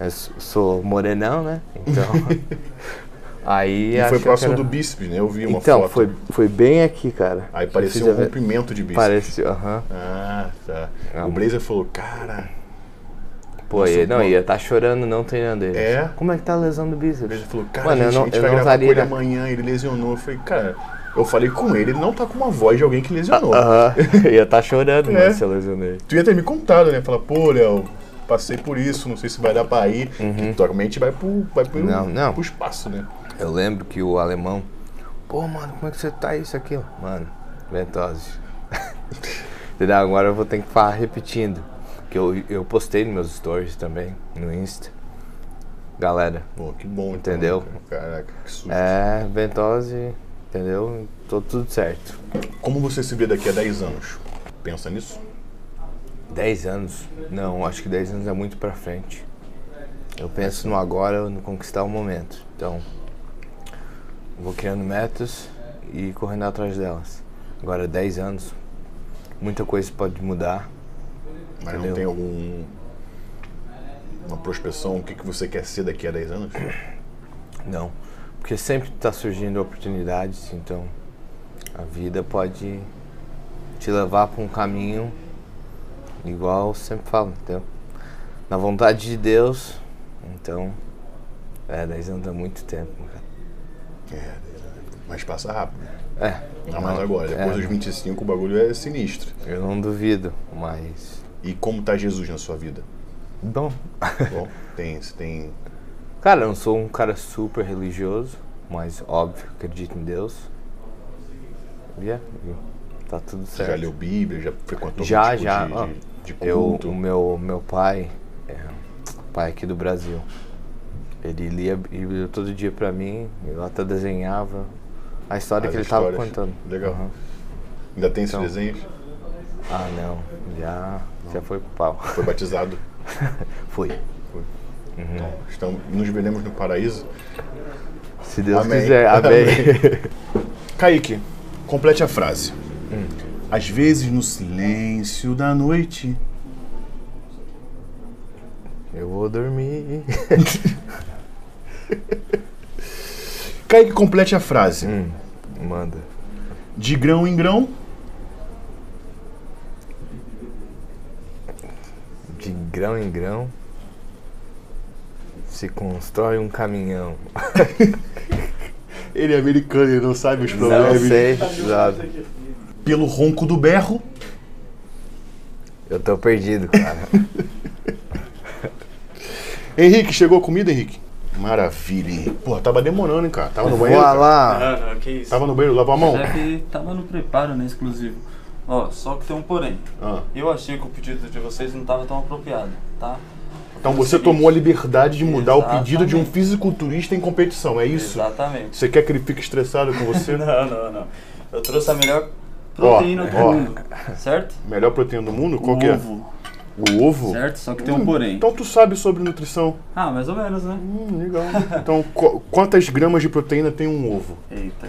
Speaker 2: Eu s- sou morenão, né? Então. aí
Speaker 1: E
Speaker 2: acho
Speaker 1: foi
Speaker 2: que eu
Speaker 1: próximo
Speaker 2: quero-
Speaker 1: do bíceps, né? Eu vi uma
Speaker 2: Então,
Speaker 1: foto.
Speaker 2: foi, foi bem aqui, cara.
Speaker 1: Aí
Speaker 2: Que eu
Speaker 1: pareceu
Speaker 2: fiz
Speaker 1: um
Speaker 2: a ve-
Speaker 1: rompimento de bíceps.
Speaker 2: Pareceu, aham.
Speaker 1: Ah, tá.
Speaker 2: Ah,
Speaker 1: o Blazer falou, cara.
Speaker 2: Pô,
Speaker 1: Nossa,
Speaker 2: ele, não,
Speaker 1: mano.
Speaker 2: ia tá chorando não treinando ele.
Speaker 1: É?
Speaker 2: Como é que tá a lesão do
Speaker 1: O Blazer
Speaker 2: bíceps?
Speaker 1: falou, cara,
Speaker 2: Mano, eu
Speaker 1: gente,
Speaker 2: não-
Speaker 1: a gente
Speaker 2: eu
Speaker 1: vai
Speaker 2: não
Speaker 1: gravar com ele
Speaker 2: usaria.
Speaker 1: amanhã, ele lesionou. Eu falei, cara, eu falei com ele, ele não tá com uma voz de alguém que lesionou.
Speaker 2: Ah, Aham, ia tá chorando,
Speaker 1: É.
Speaker 2: mano, se eu lesionei.
Speaker 1: Tu ia ter me contado, né? Falar, pô, Léo, passei por isso, não sei se vai dar pra ir. Que tua mente vai pro, vai pro,
Speaker 2: Uhum. Não, não.
Speaker 1: pro espaço, né?
Speaker 2: Eu lembro que o alemão, pô, mano, como é que você tá isso aqui? Mano, ventose. Entendeu? Agora eu vou ter que falar repetindo. Que eu, eu postei nos meus stories também, no Insta. Galera,
Speaker 1: Pô, que bom, então,
Speaker 2: Entendeu?
Speaker 1: né, cara? Caraca, que susto.
Speaker 2: é, ventose, entendeu? Tô tudo certo.
Speaker 1: Como você se vê daqui a 10 anos? Pensa nisso?
Speaker 2: 10 anos? Não, acho que 10 anos é muito pra frente. Eu penso no agora, no conquistar o momento. Então, vou criando metas e correndo atrás delas. Agora, 10 anos, muita coisa pode mudar.
Speaker 1: Mas não
Speaker 2: Entendeu?
Speaker 1: tem algum. Uma prospeção, o que, que você quer ser daqui a 10 anos?
Speaker 2: Não, porque sempre tá surgindo oportunidades, então a vida pode te levar pra um caminho igual eu sempre falo, entendeu? Na vontade de Deus, então, é, 10 anos é muito tempo, cara.
Speaker 1: É, mas passa rápido.
Speaker 2: É.
Speaker 1: Ainda mais agora,
Speaker 2: é,
Speaker 1: depois dos 25 o bagulho é sinistro.
Speaker 2: Eu não duvido, mas.
Speaker 1: E como tá Jesus na sua vida?
Speaker 2: Bom.
Speaker 1: Bom, tem, você tem.
Speaker 2: Cara, eu não sou um cara super religioso, mas óbvio, acredito em Deus. E é, e tá tudo
Speaker 1: Você já
Speaker 2: certo.
Speaker 1: leu Bíblia, já frequentou
Speaker 2: Já,
Speaker 1: algum tipo
Speaker 2: já,
Speaker 1: de,
Speaker 2: ó.
Speaker 1: de, de
Speaker 2: Eu, um
Speaker 1: culto?
Speaker 2: o meu, meu pai, é, pai aqui do Brasil, ele lia a Bíblia todo dia pra mim, eu até desenhava a história
Speaker 1: As
Speaker 2: que ele tava
Speaker 1: histórias.
Speaker 2: contando.
Speaker 1: Legal.
Speaker 2: Aham.
Speaker 1: Ainda tem esses
Speaker 2: Então.
Speaker 1: desenhos?
Speaker 2: Ah, não, já, já foi pro pau.
Speaker 1: Foi batizado.
Speaker 2: Fui.
Speaker 1: Então, estamos, nos veremos no paraíso.
Speaker 2: Se Deus
Speaker 1: Amém.
Speaker 2: quiser, amém.
Speaker 1: Kaique, complete a frase.
Speaker 2: Hum.
Speaker 1: Às vezes no silêncio da noite.
Speaker 2: Eu vou dormir.
Speaker 1: Kaique, complete a frase.
Speaker 2: Hum, Manda.
Speaker 1: De grão em grão,
Speaker 2: De grão em grão se constrói um caminhão.
Speaker 1: ele é americano, ele não sabe os
Speaker 2: Não
Speaker 1: problemas.
Speaker 2: sei,
Speaker 4: Isso
Speaker 2: sabe?
Speaker 4: aqui.
Speaker 1: Pelo ronco do berro,
Speaker 2: Eu tô perdido, cara.
Speaker 1: Henrique, chegou a comida, Henrique? Maravilha, Henrique. Porra, tava demorando, hein, cara. Tava no banheiro.
Speaker 2: Boa
Speaker 1: cara?
Speaker 2: lá.
Speaker 3: Ah, não, que isso.
Speaker 1: Tava no banheiro, lava a mão.
Speaker 3: Deve tava no preparo, né, exclusivo. Ó, só que tem um porém.
Speaker 1: Ah,
Speaker 3: Eu achei que o pedido de vocês não tava tão apropriado, tá?
Speaker 1: Então você tomou a liberdade de mudar o
Speaker 3: Exatamente.
Speaker 1: pedido de um fisiculturista em competição, é isso?
Speaker 3: Exatamente.
Speaker 1: Você quer que ele fique estressado com você?
Speaker 3: Não, não, não. Eu trouxe a melhor proteína do
Speaker 1: ó.
Speaker 3: mundo, certo?
Speaker 1: Melhor proteína do mundo? Qual
Speaker 3: o
Speaker 1: que é?
Speaker 3: ovo,
Speaker 1: O ovo?
Speaker 3: certo? Só que tem
Speaker 1: Hum,
Speaker 3: um porém.
Speaker 1: Então tu sabe sobre nutrição.
Speaker 3: Ah, mais ou menos, né?
Speaker 1: Hum, legal. Então qu- quantas gramas de proteína tem um ovo?
Speaker 3: Eita.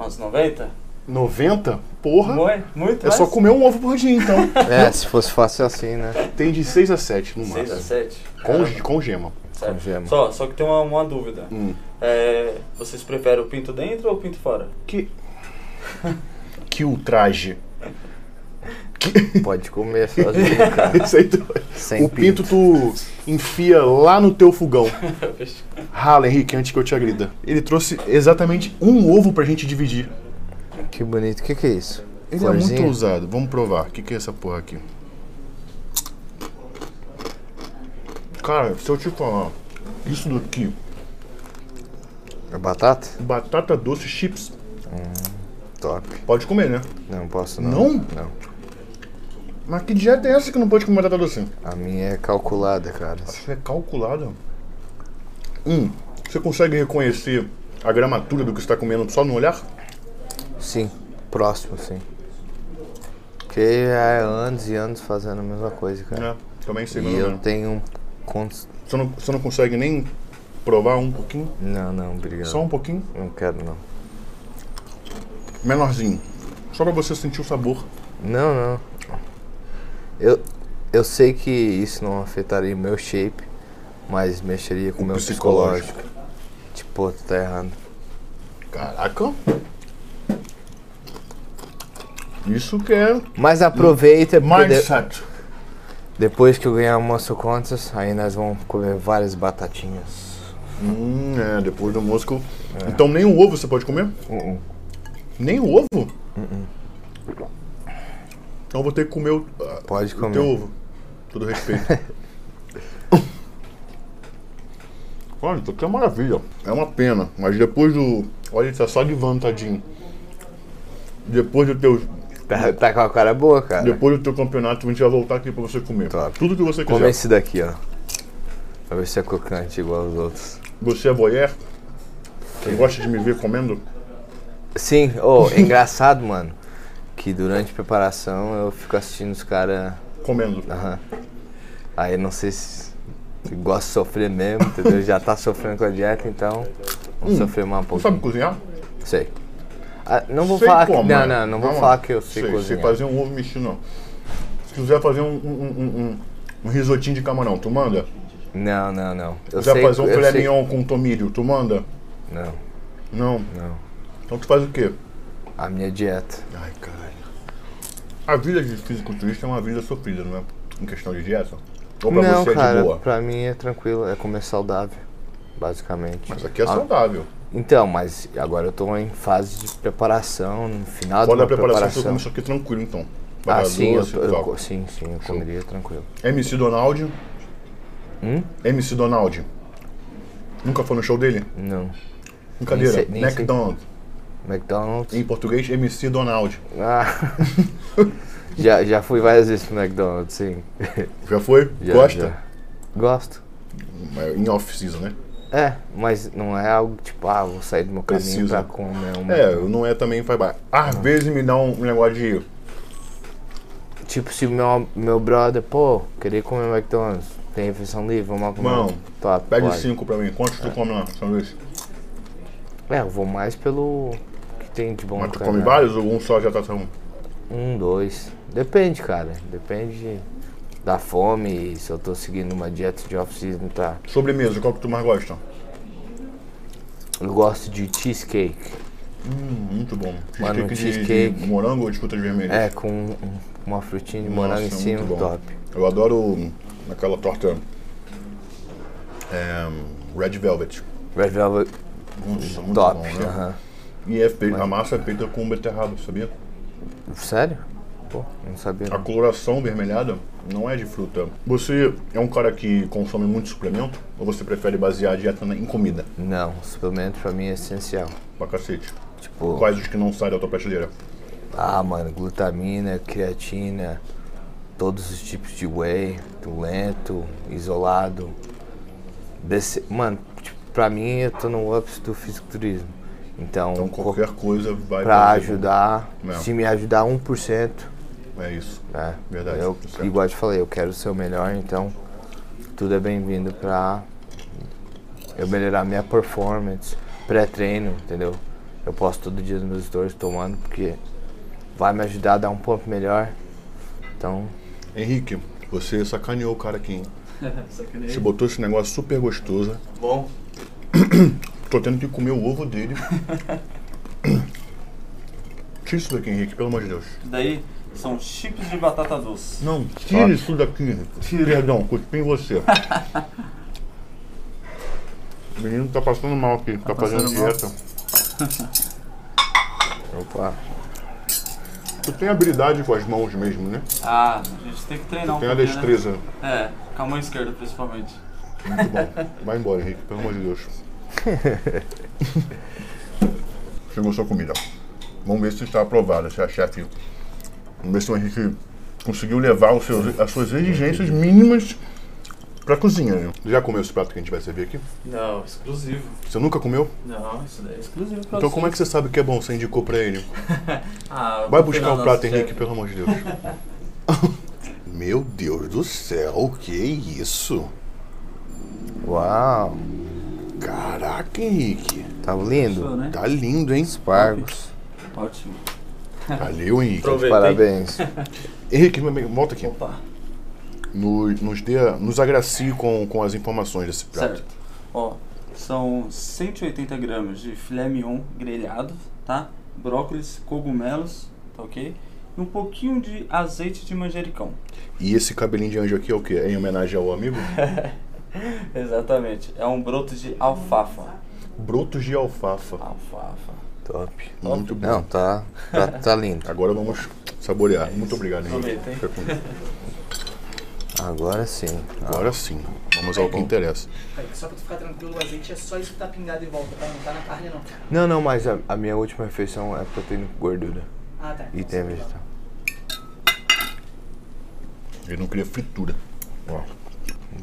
Speaker 3: Uns 90?
Speaker 1: 90? Porra!
Speaker 3: Muito, muito
Speaker 1: É só comer um ovo por dia, então.
Speaker 2: É, se fosse fácil assim, né?
Speaker 1: Tem de 6 a 7 no
Speaker 3: 6 a
Speaker 1: máximo.
Speaker 3: 7.
Speaker 1: Com, ge- com gema.
Speaker 3: Certo.
Speaker 2: gema.
Speaker 3: Só, só que tem uma, uma dúvida.
Speaker 1: Hum.
Speaker 3: É, vocês preferem o pinto dentro ou o pinto fora?
Speaker 1: Que. Que ultraje.
Speaker 2: Pode comer sozinho, cara.
Speaker 1: Isso aí tu-
Speaker 2: Sem
Speaker 1: o pinto, tu enfia lá no teu fogão. Rala, Henrique, antes que eu te agrida. Ele trouxe exatamente um ovo pra gente dividir.
Speaker 2: Que bonito. O que, que é isso?
Speaker 1: Ele é muito ousado. Vamos provar. O que, que é essa porra aqui? Cara, se eu te falar, isso daqui,
Speaker 2: É batata?
Speaker 1: batata doce, chips,
Speaker 2: Top.
Speaker 1: pode comer, né?
Speaker 2: Não posso não.
Speaker 1: Não?
Speaker 2: Não.
Speaker 1: Mas que dieta é essa que não pode comer batata doce?
Speaker 2: A minha é calculada, cara.
Speaker 1: Isso é calculada. Hum, você consegue reconhecer a gramatura do que você está comendo só no olhar?
Speaker 2: Sim. Próximo, sim. Porque é anos e anos fazendo a mesma coisa, cara.
Speaker 1: É, também sei,
Speaker 2: E
Speaker 1: mas
Speaker 2: eu
Speaker 1: não.
Speaker 2: tenho um. cons-
Speaker 1: Você não, você não consegue nem provar um pouquinho?
Speaker 2: Não, não, obrigado.
Speaker 1: Só um pouquinho?
Speaker 2: Não quero, não.
Speaker 1: Menorzinho. Só pra você sentir o sabor.
Speaker 2: Não, não. Eu, eu sei que isso não afetaria o meu shape, mas mexeria com o meu
Speaker 1: psicológico.
Speaker 2: psicológico. Tipo, tu tá errando.
Speaker 1: Caraca! Isso que é
Speaker 2: Mas aproveita, porque de-
Speaker 1: mindset.
Speaker 2: depois que eu ganhar o Monstro Contas, aí nós vamos comer várias batatinhas.
Speaker 1: Hum, é, depois do músculo. Então nem o ovo você pode comer?
Speaker 2: Uh-uh.
Speaker 1: Nem o ovo? Uh-uh. Então eu vou ter que comer o, ah,
Speaker 2: Pode
Speaker 1: o
Speaker 2: comer.
Speaker 1: teu ovo. Todo respeito. Olha, isso aqui é maravilha. É uma pena, mas depois do. Olha, isso é só de tadinho. Depois do teu.
Speaker 2: Tá, tá com a cara boa, cara.
Speaker 1: Depois do teu campeonato, a gente vai voltar aqui pra você comer.
Speaker 2: Top.
Speaker 1: Tudo que você quiser.
Speaker 2: Tá. Come esse daqui, ó. Pra ver se é crocante igual os outros.
Speaker 1: Você é voyeur? Você gosta de me ver comendo?
Speaker 2: Sim, ô, é engraçado, mano, que durante a preparação eu fico assistindo os caras
Speaker 1: Comendo.
Speaker 2: Aham. Aí não sei se se gosta de sofrer mesmo, entendeu? Já tá sofrendo com a dieta, então vamos sofrer mais um
Speaker 1: Você Hum. sabe
Speaker 2: pouquinho.
Speaker 1: cozinhar?
Speaker 2: Sei. Ah, não vou
Speaker 1: Sei
Speaker 2: falar
Speaker 1: como,
Speaker 2: que.
Speaker 1: né?
Speaker 2: Não, não, não vou
Speaker 1: Vamos lá.
Speaker 2: falar que eu sei, cozinhar.
Speaker 1: fazer um ovo mexido, não. Se quiser fazer um, um, um- um- um- um risotinho de camarão, tu manda?
Speaker 2: Não, não, não. Eu
Speaker 1: Se quiser
Speaker 2: sei,
Speaker 1: fazer um
Speaker 2: eu
Speaker 1: filé
Speaker 2: sei-
Speaker 1: mignon com tomilho, tu manda?
Speaker 2: Não,
Speaker 1: Não.
Speaker 2: não.
Speaker 1: Então tu faz o quê?
Speaker 2: A minha dieta.
Speaker 1: Ai, caralho. A vida de fisiculturista é uma vida sofrida, não é? Em questão de dieta? Ou pra
Speaker 2: não,
Speaker 1: você é
Speaker 2: cara,
Speaker 1: de boa?
Speaker 2: pra mim é tranquilo, é comer saudável, basicamente.
Speaker 1: Mas aqui é
Speaker 2: Ah,
Speaker 1: saudável.
Speaker 2: Então, mas agora eu tô em fase de preparação, no final
Speaker 1: Quando
Speaker 2: da
Speaker 1: a preparação, você
Speaker 2: preparação.
Speaker 1: come isso aqui tranquilo, então.
Speaker 2: Ah, sim, eu,
Speaker 1: Batata doce e
Speaker 2: eu-
Speaker 1: tal.
Speaker 2: sim, sim, eu
Speaker 1: Show.
Speaker 2: comeria tranquilo.
Speaker 1: MC Donald.
Speaker 2: Hum?
Speaker 1: MC Donald. Nunca foi no show dele?
Speaker 2: Não.
Speaker 1: Brincadeira.
Speaker 2: sei- nem sei.
Speaker 1: McDonald.
Speaker 2: McDonald's?
Speaker 1: Em português, MC Donald.
Speaker 2: Ah. já, já fui várias vezes pro McDonald's, sim.
Speaker 1: Já foi?
Speaker 2: Já,
Speaker 1: Gosta?
Speaker 2: já. Gosto.
Speaker 1: Mas Em off-season, né?
Speaker 2: É, mas não é algo tipo, ah, vou sair do meu caminho
Speaker 1: Precisa.
Speaker 2: pra comer um.
Speaker 1: É, eu não é também faz bar. Às vezes me dá um negócio de.
Speaker 2: Tipo, se meu, meu brother, pô, queria comer McDonald's, tem refeição livre, vamos lá comer.
Speaker 1: Não.
Speaker 2: Top,
Speaker 1: Pede
Speaker 2: pode.
Speaker 1: cinco pra mim. Quantos tu come lá, sanduíche?
Speaker 2: É, eu vou mais pelo que tem de bom.
Speaker 1: Mas tu
Speaker 2: cara.
Speaker 1: come vários ou um só já tá tão.
Speaker 2: Um, dois. Depende, cara. Depende da fome, e se eu tô seguindo uma dieta de off-season, tá.
Speaker 1: Sobremesa, qual que tu mais gosta?
Speaker 2: Eu gosto de cheesecake.
Speaker 1: Hum, muito bom.
Speaker 2: Mano,
Speaker 1: Cheesecake de,
Speaker 2: cheesecake.
Speaker 1: de morango ou de frutas vermelhas?
Speaker 2: É, com um- uma frutinha de
Speaker 1: Nossa, é
Speaker 2: morango em
Speaker 1: muito
Speaker 2: cima,
Speaker 1: bom.
Speaker 2: top.
Speaker 1: Eu adoro aquela torta. é, Red Velvet.
Speaker 2: Red Velvet,
Speaker 1: Nossa, muito
Speaker 2: top.
Speaker 1: bom, né?
Speaker 2: aham.
Speaker 1: E é feito, a massa é feita com beterraba, sabia?
Speaker 2: Sério? Pô, não sabia.
Speaker 1: A
Speaker 2: não.
Speaker 1: coloração vermelhada não é de fruta. Você é um cara que consome muito suplemento ou você prefere basear a dieta na- em comida?
Speaker 2: Não, suplemento pra mim é essencial.
Speaker 1: Pra cacete.
Speaker 2: Tipo,
Speaker 1: Quais os que não saem da tua prateleira?
Speaker 2: ah, mano, glutamina, creatina, todos os tipos de whey, do lento, isolado. Desse, mano, tipo, pra mim eu tô no ups do fisiculturismo. Então,
Speaker 1: Então qualquer coisa vai
Speaker 2: pra
Speaker 1: fazer bom.
Speaker 2: ajudar,
Speaker 1: Não.
Speaker 2: se me ajudar 1%,
Speaker 1: É isso.
Speaker 2: né?
Speaker 1: Verdade,
Speaker 2: Eu,
Speaker 1: tá certo.
Speaker 2: igual eu te falei, eu quero ser o melhor, então tudo é bem-vindo pra eu melhorar minha performance, pré-treino, entendeu? Eu posto todo dia nos meus stories tomando, porque vai me ajudar a dar um ponto melhor. Então,
Speaker 1: Henrique, você sacaneou o cara aqui, hein? Você
Speaker 3: Sacanagem.
Speaker 1: botou esse negócio super gostoso.
Speaker 3: Bom,
Speaker 1: Tô tendo que comer o ovo dele. Tira isso daqui, Henrique, pelo amor de Deus.
Speaker 3: isso daí são chips de batata doce.
Speaker 1: Não, tira isso daqui, Henrique. Perdão, cuspi em você. O menino tá passando mal aqui, tá, fazendo
Speaker 3: passando mal.
Speaker 1: dieta.
Speaker 2: opa,
Speaker 1: Tu tem habilidade com as mãos mesmo, né?
Speaker 3: Ah, a gente tem que treinar um
Speaker 1: Tem a
Speaker 3: pouquinho, né?
Speaker 1: destreza.
Speaker 3: É, com a mão esquerda principalmente.
Speaker 1: Muito bom. Vai embora, Henrique, pelo amor de Deus. Chegou sua comida. Vamos ver se está aprovada, se a chefe. Vamos ver se o Henrique conseguiu levar os seus- as suas exigências mínimas pra cozinha. né? Já comeu esse prato que a gente vai servir aqui?
Speaker 3: Não, exclusivo.
Speaker 1: Você nunca comeu?
Speaker 3: Não, isso daí é exclusivo pra
Speaker 1: Então como é que você sabe que é bom? Você indicou pra ele.
Speaker 3: Ah,
Speaker 1: Vai buscar o prato, Henrique,
Speaker 3: Henrique.
Speaker 1: pelo amor de Deus. Meu Deus do céu, que isso?
Speaker 2: uau,
Speaker 1: Caraca, Henrique.
Speaker 2: tá lindo.
Speaker 3: Né?
Speaker 1: Tá lindo, hein?
Speaker 2: Espargos,
Speaker 1: Tá.
Speaker 3: Ótimo.
Speaker 1: Valeu, Henrique.
Speaker 2: parabéns.
Speaker 1: Henrique, meu amigo, volta aqui.
Speaker 3: Opa.
Speaker 1: Nos, nos, dê, a- nos agracie com, com as informações desse prato.
Speaker 3: Certo. Ó, são 180 gramas de filé mignon grelhado, tá? Brócolis, cogumelos, tá ok? E um pouquinho de azeite de manjericão.
Speaker 1: E esse cabelinho de anjo aqui é o quê? É em homenagem ao amigo?
Speaker 3: Exatamente. É um broto de alfafa.
Speaker 1: Brotos de alfafa.
Speaker 3: Alfafa.
Speaker 2: Top.
Speaker 1: Muito bom.
Speaker 2: Não, tá, tá, tá lindo.
Speaker 1: Agora vamos
Speaker 3: É
Speaker 1: saborear. Muito obrigado, Henrique.
Speaker 3: Aproveita, hein?
Speaker 1: Fica com-
Speaker 2: Agora sim.
Speaker 1: Agora sim. Vamos ao que interessa.
Speaker 4: Kaique, só pra tu ficar tranquilo, o azeite é só isso que tá pingado em volta, tá? Não tá na carne, não.
Speaker 2: Não, não, mas a, a minha última refeição é proteína com gordura
Speaker 4: Ah, tá.
Speaker 2: e
Speaker 4: Então,
Speaker 2: tem
Speaker 4: sei lá.
Speaker 2: vegetal.
Speaker 1: Ele não queria fritura. Ó.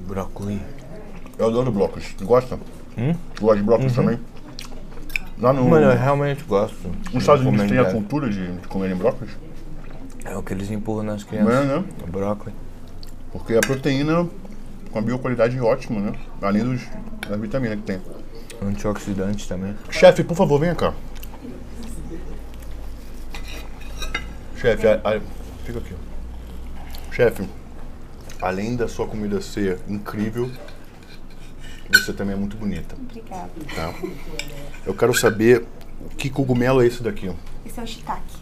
Speaker 2: Brócoli.
Speaker 1: Eu adoro blocos. Tu Gosta?
Speaker 2: Hum?
Speaker 1: Tu gosta de blocos também? Lá no,
Speaker 2: Mano, eu realmente gosto.
Speaker 1: nos Estados Unidos
Speaker 2: Comendo
Speaker 1: tem a
Speaker 2: direto.
Speaker 1: cultura de, de comerem blocos?
Speaker 2: É o que eles empurram nas crianças.
Speaker 1: Não, né?
Speaker 2: O Brócoli.
Speaker 1: Porque a proteína com a bioqualidade é ótima, né? Além dos, da vitamina que tem.
Speaker 2: Antioxidante também.
Speaker 1: Chefe, por favor, venha cá. Chefe, a- a- fica aqui. Chefe, além da sua comida ser incrível, você também é muito bonita.
Speaker 5: Obrigada.
Speaker 1: Tá? Eu quero saber que cogumelo é esse daqui.
Speaker 5: Esse é o shiitake.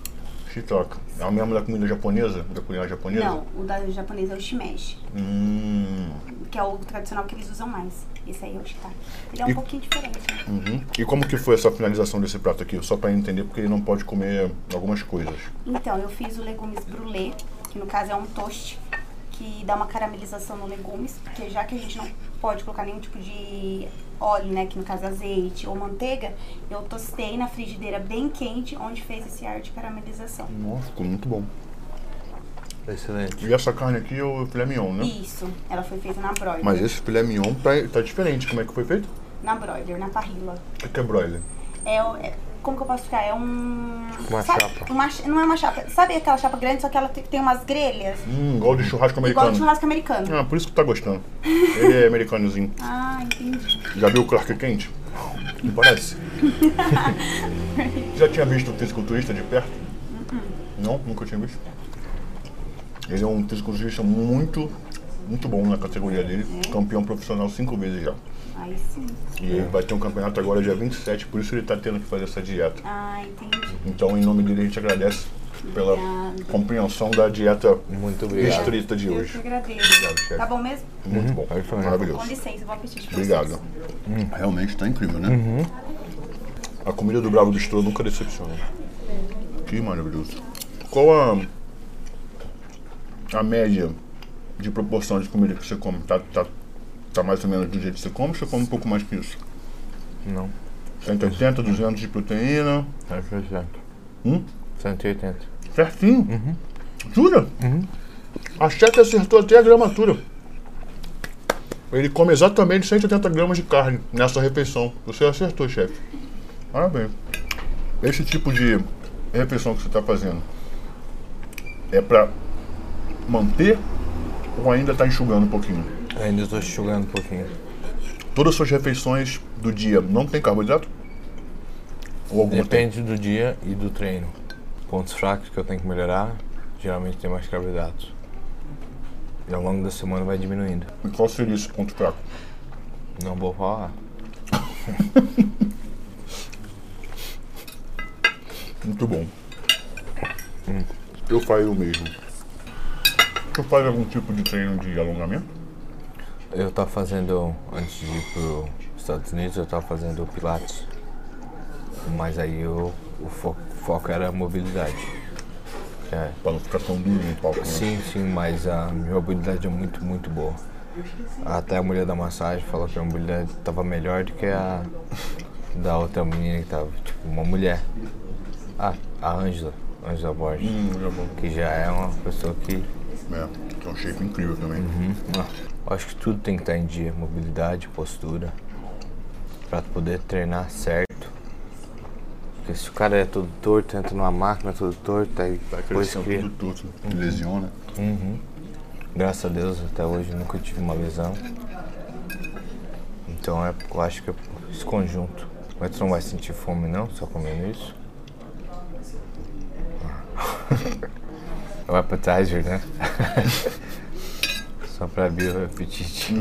Speaker 1: Shitoka. É o mesmo da comida japonesa? Da culinária japonesa?
Speaker 5: Não, o da japonesa é o shimeji,
Speaker 1: Hum,
Speaker 5: que é o tradicional que eles usam mais. Esse aí é o shiitake. Ele é um
Speaker 1: E-
Speaker 5: pouquinho diferente. né?
Speaker 1: uhum. E como que foi essa finalização desse prato aqui? Só pra entender, porque ele não pode comer algumas coisas.
Speaker 5: Então, eu fiz o legumes brulé, que no caso é um toast, que dá uma caramelização no legumes, porque já que a gente não pode colocar nenhum tipo de óleo, né, que no caso é azeite ou manteiga, eu tostei na frigideira bem quente, onde fez esse ar de caramelização.
Speaker 1: Nossa, ficou muito bom.
Speaker 2: Excelente.
Speaker 1: E essa carne aqui é o filé mignon, né?
Speaker 5: Isso, ela foi feita na broiler.
Speaker 1: Mas esse filé mignon tá, tá diferente. Como é que foi feito?
Speaker 5: Na broiler, na parrilla.
Speaker 1: O que é broiler?
Speaker 5: É, o- é- como que eu posso explicar? É um.
Speaker 2: Uma
Speaker 5: sabe-
Speaker 2: chapa.
Speaker 5: uma cha- não é uma chapa. Sabe aquela chapa grande, só que ela te- tem umas grelhas?
Speaker 1: Hum, igual de churrasco
Speaker 5: Igual
Speaker 1: americano.
Speaker 5: de churrasco americano.
Speaker 1: Ah, por isso que tá gostando. Ele é americanozinho.
Speaker 5: Ah, entendi.
Speaker 1: Já viu o Clark Kent? Não parece? Já tinha visto o fisiculturista de perto?
Speaker 5: Uhum.
Speaker 1: Não, nunca tinha visto. Ele é um fisiculturista muito, muito bom na categoria dele.
Speaker 5: É?
Speaker 1: Campeão profissional cinco vezes já.
Speaker 5: Aí sim.
Speaker 1: E ele vai ter um campeonato agora dia 27, por isso ele tá tendo que fazer essa dieta.
Speaker 5: Ah, entendi.
Speaker 1: Então, em nome dele, a gente agradece pela
Speaker 5: Obrigada.
Speaker 1: compreensão da dieta
Speaker 2: Muito obrigado.
Speaker 1: restrita de
Speaker 5: Eu te
Speaker 1: hoje.
Speaker 5: agradeço.
Speaker 1: Obrigado, chefe.
Speaker 5: Tá bom mesmo?
Speaker 1: Muito bom.
Speaker 2: perfeito.
Speaker 5: Com
Speaker 1: Maravilhoso.
Speaker 5: licença, bom apetite pra vocês.
Speaker 1: Obrigado. Realmente tá incrível, né? A comida do Bravo do Estrô nunca decepciona. Que maravilhoso. Qual a, a média de proporção de comida que você come? Tá, tá, tá mais ou menos do jeito que você come ou você come um pouco mais que isso? Tá
Speaker 2: Não. é
Speaker 1: 180, 200 de proteína.
Speaker 2: 180.
Speaker 1: Hum?
Speaker 2: 180.
Speaker 1: Certinho? Jura? A chefe acertou até a gramatura. Ele come exatamente 180 gramas de carne nessa refeição. Você acertou, chefe. Parabéns. Esse tipo de refeição que você está fazendo é para manter ou ainda está enxugando um pouquinho?
Speaker 2: Ainda estou enxugando um pouquinho.
Speaker 1: Todas as suas refeições do dia não tem carboidrato? Ou alguma tem?
Speaker 2: Depende do dia e do treino. Pontos fracos que eu tenho que melhorar, geralmente tem mais carboidratos. E ao longo da semana vai diminuindo.
Speaker 1: E qual seria esse ponto fraco?
Speaker 2: Não vou falar.
Speaker 1: Muito bom. Hum, Eu faria o mesmo. Você faz algum tipo de treino de alongamento?
Speaker 2: Eu tava fazendo, antes de ir para os Estados Unidos, eu tava fazendo pilates. Mas aí eu, o fo- foco era a mobilidade. É,
Speaker 1: Para não ficar tão duro no palco, né?
Speaker 2: Sim, sim, mas a minha mobilidade é muito, muito boa. Até a mulher da massagem falou que a mobilidade estava melhor do que a da outra menina que tava, tipo, uma mulher. Ah, a Ângela, Ângela Borges,
Speaker 1: Hum, é bom.
Speaker 2: que já é uma pessoa que
Speaker 1: É, que é um shape incrível também.
Speaker 2: Ah, Acho que tudo tem que estar em dia, mobilidade, postura, pra tu poder treinar certo. Porque se o cara é todo torto, entra numa máquina todo torto, aí
Speaker 1: Vai um
Speaker 2: depois
Speaker 1: crescendo
Speaker 2: cria.
Speaker 1: tudo torto, lesiona.
Speaker 2: Graças a Deus até hoje nunca tive uma lesão. Então é, eu acho que é esse conjunto. Mas tu não vai sentir fome não, só comendo isso? Ah. é o appetizer, né? só pra abrir o apetite.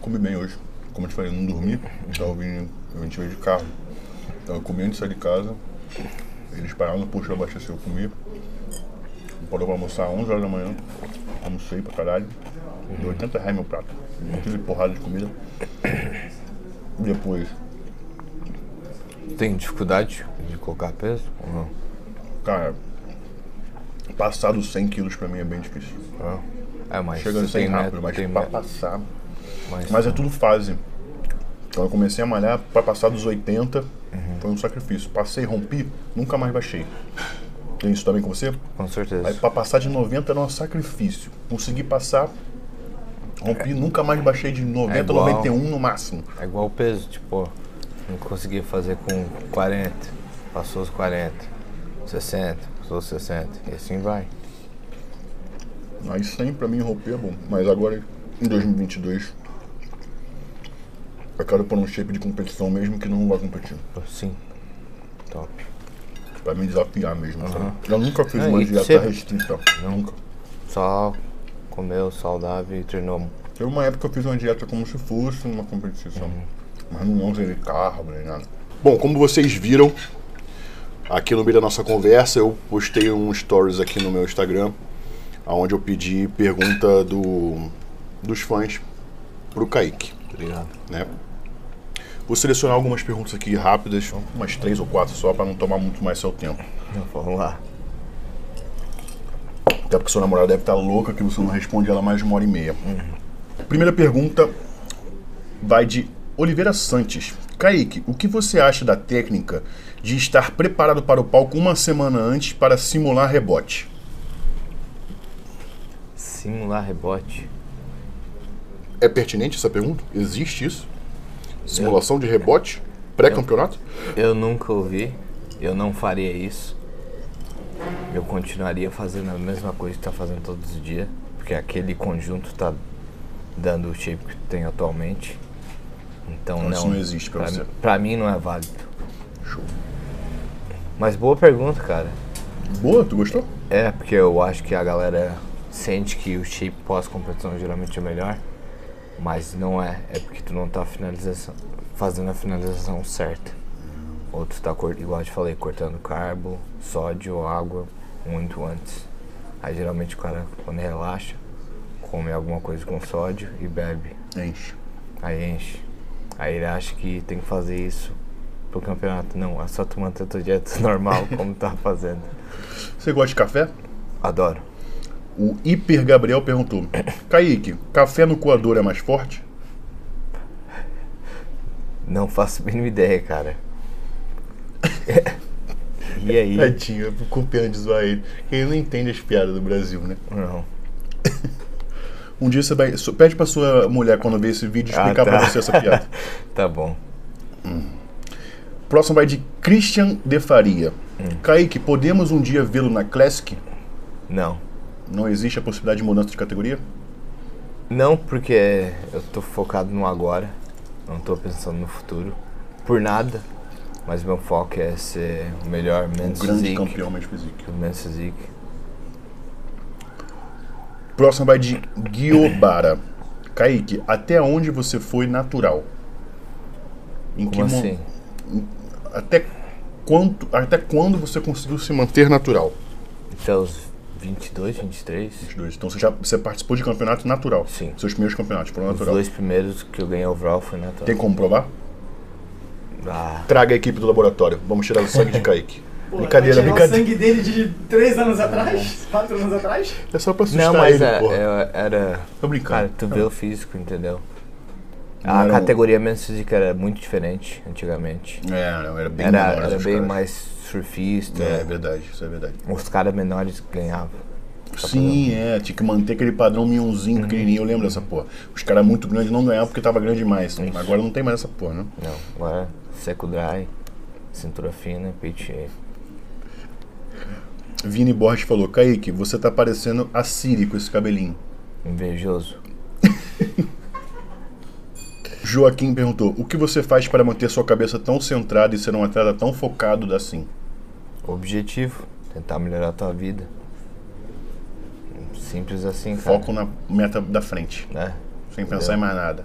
Speaker 1: Comi bem hoje. Como eu te falei, eu não dormi, então eu vim, eu vim te ver de carro. Então eu comi antes de sair de casa, eles pararam no posto de abastecer, assim, eu comi. Parou pra almoçar às 11 horas da manhã, almocei pra caralho, deu 80 reais meu prato, aquele porrada de comida. Depois,
Speaker 2: Tem dificuldade de colocar peso ou não?
Speaker 1: cara, passar dos 100 quilos pra mim é bem difícil.
Speaker 2: É, mas
Speaker 1: Chega
Speaker 2: tu tem
Speaker 1: sem rápido,
Speaker 2: meta-
Speaker 1: mas
Speaker 2: tem né?
Speaker 1: pra
Speaker 2: meta-
Speaker 1: passar.
Speaker 2: mas-
Speaker 1: Mas é tudo fase. Então eu comecei a malhar para passar dos 80,
Speaker 2: Uhum.
Speaker 1: foi um sacrifício. Passei, rompi, nunca mais baixei. Tem isso também com você?
Speaker 2: com certeza.
Speaker 1: Aí para passar de 90 era um sacrifício. Consegui passar, rompi, nunca mais baixei de 90
Speaker 2: É igual.
Speaker 1: 91 no máximo.
Speaker 2: É igual o peso, tipo, ó, não consegui fazer com 40, passou os 40, 60, passou os 60, e assim vai.
Speaker 1: Aí sempre pra mim romper é bom. Mas agora, em 2022, eu quero pôr um shape de competição mesmo que não vai competir.
Speaker 2: Sim, Tipo assim, top.
Speaker 1: Pra me desafiar mesmo. sabe? Eu nunca fiz
Speaker 2: É,
Speaker 1: uma
Speaker 2: e
Speaker 1: dieta
Speaker 2: você-
Speaker 1: restrita. Nunca.
Speaker 2: Só comeu saudável e treinou.
Speaker 1: Teve uma época que eu fiz uma dieta como se fosse uma competição. Mas não usei carbo nem nada. Bom, como vocês viram aqui no meio da nossa conversa, eu postei um stories aqui no meu Instagram, onde eu pedi pergunta do, dos fãs pro Kaique,
Speaker 2: Obrigado.
Speaker 1: né? Vou selecionar algumas perguntas aqui rápidas, umas três ou quatro só, para não tomar muito mais seu tempo.
Speaker 2: Vamos lá.
Speaker 1: Até porque sua namorada deve estar louca que você não responde ela mais de uma hora e meia. Primeira pergunta vai de Oliveira Santos. Kaique, o que você acha da técnica de estar preparado para o palco uma semana antes para simular rebote?
Speaker 2: Simular rebote.
Speaker 1: É pertinente essa pergunta? Existe isso? Simulação de rebote? Pré-campeonato?
Speaker 2: Eu nunca ouvi, eu não faria isso. Eu continuaria fazendo a mesma coisa que tá fazendo todos os dias, porque aquele conjunto tá dando o shape que tem atualmente. Então
Speaker 1: Então
Speaker 2: não.
Speaker 1: isso não existe pra você.
Speaker 2: Mim, pra mim não é válido.
Speaker 1: Show.
Speaker 2: Mas boa pergunta, cara.
Speaker 1: Boa, tu gostou?
Speaker 2: É, porque eu acho que a galera sente que o shape pós-competição geralmente é melhor, mas não é. É porque tu não tá finalização, fazendo a finalização certa. Ou tu tá, cor- igual eu te falei, cortando carbo, sódio, água muito antes. Aí geralmente o cara, quando relaxa, come alguma coisa com sódio e bebe.
Speaker 1: Enche.
Speaker 2: Aí enche. Aí ele acha que tem que fazer isso pro campeonato. Não, é só tu manter tua dieta normal como tá fazendo.
Speaker 1: Você gosta de café?
Speaker 2: Adoro.
Speaker 1: O Hiper Gabriel perguntou: Kaique, café no coador é mais forte?
Speaker 2: Não faço a mínima ideia, cara. E aí?
Speaker 1: Tadinho, eu fico com pena de zoar ele. Porque ele não entende as piadas do Brasil, né?
Speaker 2: Não.
Speaker 1: Um dia você vai. so- Pede pra sua mulher, quando ver esse vídeo, explicar
Speaker 2: Ah, tá.
Speaker 1: pra você essa piada.
Speaker 2: Tá bom.
Speaker 1: Próximo vai de Christian de Faria.
Speaker 2: Hum.
Speaker 1: Kaique, podemos um dia vê-lo na Classic?
Speaker 2: Não.
Speaker 1: Não existe a possibilidade de mudança de categoria?
Speaker 2: Não porque eu tô focado no agora, não tô pensando no futuro, por nada, mas meu foco é ser o melhor
Speaker 1: Um
Speaker 2: menos
Speaker 1: grande
Speaker 2: physique,
Speaker 1: campeão mais physique.
Speaker 2: o menos physique.
Speaker 1: Próximo vai de Guiobara. Kaique, até onde você foi natural? Em
Speaker 2: Como
Speaker 1: mo-
Speaker 2: assim?
Speaker 1: Até, quanto, até quando você conseguiu se manter natural?
Speaker 2: Até os 22, 23?
Speaker 1: Os dois. Então você já você participou de campeonato natural.
Speaker 2: Sim.
Speaker 1: Seus primeiros campeonatos foram
Speaker 2: Os
Speaker 1: natural.
Speaker 2: dois primeiros que eu ganhei overall foi natural.
Speaker 1: Tem como provar?
Speaker 2: Ah,
Speaker 1: Traga a equipe do laboratório. Vamos tirar o sangue de Kaique.
Speaker 4: Pô,
Speaker 1: brincadeira,
Speaker 4: vai tirar o
Speaker 1: brincadeira.
Speaker 4: sangue dele de 3 anos atrás? 4 anos atrás?
Speaker 1: É só pra assustar
Speaker 2: não, mas
Speaker 1: ele,
Speaker 2: é-
Speaker 1: porra.
Speaker 2: eu era.
Speaker 1: Tô
Speaker 2: Cara,
Speaker 1: brincando.
Speaker 2: tu vê o físico, entendeu?
Speaker 1: Não
Speaker 2: A
Speaker 1: era um-
Speaker 2: categoria menos física era muito diferente antigamente.
Speaker 1: É, não, era bem
Speaker 2: Era,
Speaker 1: menor
Speaker 2: era
Speaker 1: essas
Speaker 2: bem
Speaker 1: caras.
Speaker 2: mais surfista.
Speaker 1: É, é verdade, isso é verdade.
Speaker 2: Os caras menores ganhavam. Tá
Speaker 1: Sim, é, tinha que manter aquele padrão minhãozinho
Speaker 2: Uhum.
Speaker 1: pequenininho, eu lembro dessa porra. Os caras muito grandes não ganhavam porque tava grande demais. Agora não tem mais essa porra, né?
Speaker 2: Não, agora seco dry, cintura fina, peito cheio.
Speaker 1: Vini Borges falou, Kaique, você tá parecendo a Siri com esse cabelinho.
Speaker 2: Invejoso.
Speaker 1: Joaquim perguntou, o que você faz para manter sua cabeça tão centrada e ser um atleta tão focado assim?
Speaker 2: Objetivo, tentar melhorar a tua vida. Simples assim, cara.
Speaker 1: Foco na meta da frente,
Speaker 2: Né?
Speaker 1: sem pensar em mais nada.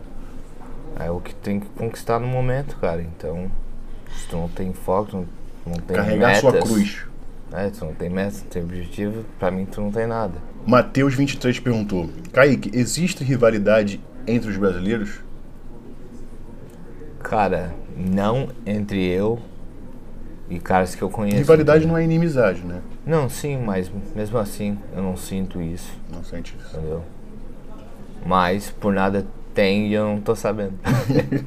Speaker 2: É o que tem que conquistar no momento, cara. Então, se tu não tem foco, tu não, não tem
Speaker 1: Carregar
Speaker 2: metas,
Speaker 1: sua cruz.
Speaker 2: Né? Tu não tem metas, não tem objetivo, pra mim tu não tem nada.
Speaker 1: Mateus 23 perguntou, Kaique, existe rivalidade entre os brasileiros?
Speaker 2: Cara, não entre eu e caras que eu conheço.
Speaker 1: Rivalidade não é inimizade, né?
Speaker 2: Não, sim, mas mesmo assim eu não sinto isso.
Speaker 1: Não sente isso.
Speaker 2: entendeu? Mas por nada tem e eu não tô sabendo.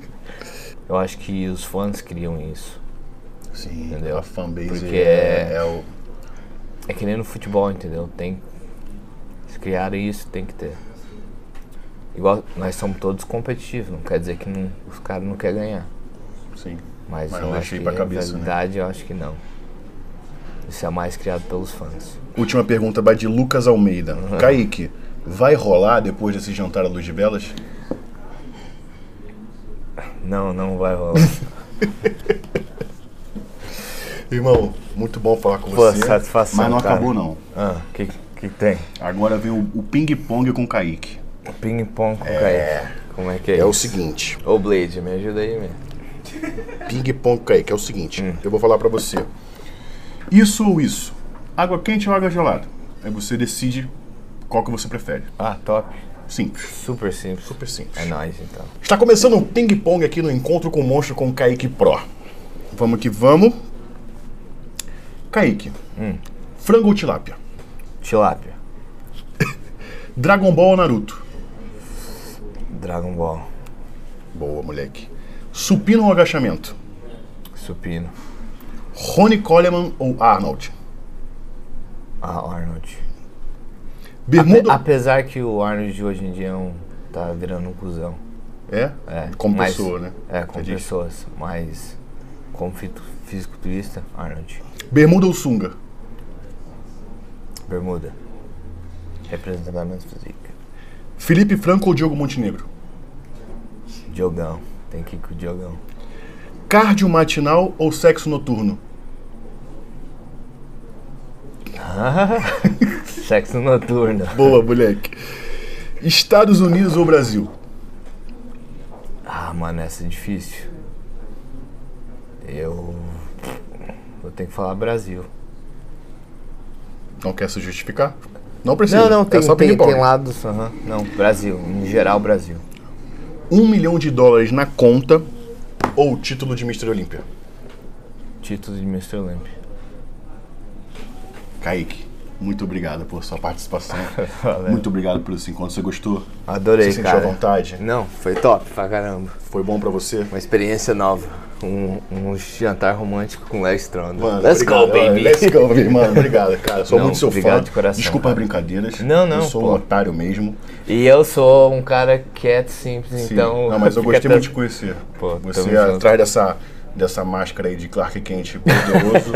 Speaker 2: eu acho que os fãs criam isso.
Speaker 1: Sim,
Speaker 2: Entendeu?
Speaker 1: a fanbase
Speaker 2: Porque
Speaker 1: é,
Speaker 2: é-
Speaker 1: é o.
Speaker 2: É que nem no futebol, entendeu? Tem. Se criaram isso, tem que ter. Igual nós somos todos competitivos, não quer dizer que não- os caras não querem ganhar.
Speaker 1: Sim.
Speaker 2: Mas,
Speaker 1: Mas
Speaker 2: eu
Speaker 1: não
Speaker 2: acho
Speaker 1: deixei
Speaker 2: que
Speaker 1: pra cabeça, né?
Speaker 2: verdade eu acho que não. Isso é mais criado pelos fãs.
Speaker 1: Última pergunta vai de Lucas Almeida.
Speaker 2: Uhum.
Speaker 1: Kaique, vai rolar depois desse jantar à luz de velas?
Speaker 2: Não, não vai rolar.
Speaker 1: Irmão, muito bom falar com
Speaker 2: Pô,
Speaker 1: você.
Speaker 2: satisfação,
Speaker 1: é? Mas não
Speaker 2: cara.
Speaker 1: acabou, não.
Speaker 2: ah, o que, que tem?
Speaker 1: Agora vem o, o ping-pong com o Kaique.
Speaker 2: Ping-pong com o Kaique. Como é que é,
Speaker 1: É o
Speaker 2: isso?
Speaker 1: seguinte:
Speaker 2: Ô Blade, me ajuda aí, meu.
Speaker 1: ping-pong com o Kaique é o seguinte. Eu vou falar pra você. Isso ou isso? Água quente ou água gelada? Aí você decide qual que você prefere.
Speaker 2: Ah, top.
Speaker 1: Simples.
Speaker 2: Super simples.
Speaker 1: Super simples.
Speaker 2: É nóis, então.
Speaker 1: Está começando um ping-pong aqui no Encontro com o Monstro com o Kaique Pro. Vamos que vamos. Kaique, frango ou tilápia?
Speaker 2: Tilápia.
Speaker 1: Dragon Ball ou Naruto?
Speaker 2: Dragon Ball.
Speaker 1: Boa, moleque. Supino ou agachamento?
Speaker 2: Supino.
Speaker 1: Rony Coleman ou Arnold?
Speaker 2: Ah, Arnold.
Speaker 1: Bermuda.
Speaker 2: Apesar que o Arnold de hoje em dia é um, tá virando um cuzão.
Speaker 1: É?
Speaker 2: É,
Speaker 1: Como
Speaker 2: mas-
Speaker 1: pessoa, né?
Speaker 2: É, como
Speaker 1: Você diz.
Speaker 2: pessoas. Mas como fito- fisiculturista, Arnold.
Speaker 1: Bermuda ou sunga?
Speaker 2: Bermuda. Representamento físico.
Speaker 1: Felipe Franco ou Diogo Montenegro?
Speaker 2: Diogão. Tem que ir com o Diogão.
Speaker 1: Cardio matinal ou sexo noturno?
Speaker 2: Sexo noturno.
Speaker 1: Boa, moleque. Estados Unidos ou Brasil?
Speaker 2: Ah, mano, essa é difícil. Eu. Eu tenho que falar Brasil.
Speaker 1: Não quer se justificar? Não precisa.
Speaker 2: Não, não, tem,
Speaker 1: é só
Speaker 2: tem,
Speaker 1: ping-pong.
Speaker 2: tem lados. aham. Não, Brasil. Em geral, Brasil.
Speaker 1: um milhão de dólares na conta ou o título de Mr. Olímpia?
Speaker 2: Título de Mr. Olymp.
Speaker 1: Kaique, muito obrigado por sua participação.
Speaker 2: Valeu.
Speaker 1: Muito obrigado por esse encontro. Você gostou?
Speaker 2: Adorei,
Speaker 1: Você sentiu
Speaker 2: cara.
Speaker 1: à vontade?
Speaker 2: Não, foi top pra caramba.
Speaker 1: Foi bom pra você?
Speaker 2: Uma experiência nova. Um, um jantar romântico com Léo Stronda.
Speaker 1: Mano,
Speaker 2: Let's
Speaker 1: obrigado.
Speaker 2: go, baby!
Speaker 1: Let's go, baby, mano. Obrigado, cara. Sou
Speaker 2: Não,
Speaker 1: muito seu
Speaker 2: obrigado
Speaker 1: fã.
Speaker 2: de coração,
Speaker 1: Desculpa as
Speaker 2: cara.
Speaker 1: brincadeiras.
Speaker 2: Não, não,
Speaker 1: Eu sou um
Speaker 2: pô.
Speaker 1: otário mesmo.
Speaker 2: E eu sou um cara quieto, simples,
Speaker 1: Sim.
Speaker 2: então.
Speaker 1: Não, mas eu
Speaker 2: fica
Speaker 1: gostei muito de
Speaker 2: tran-
Speaker 1: conhecer.
Speaker 2: Pô,
Speaker 1: você
Speaker 2: tamo junto.
Speaker 1: atrás dessa, dessa máscara aí de Clark Kent poderoso,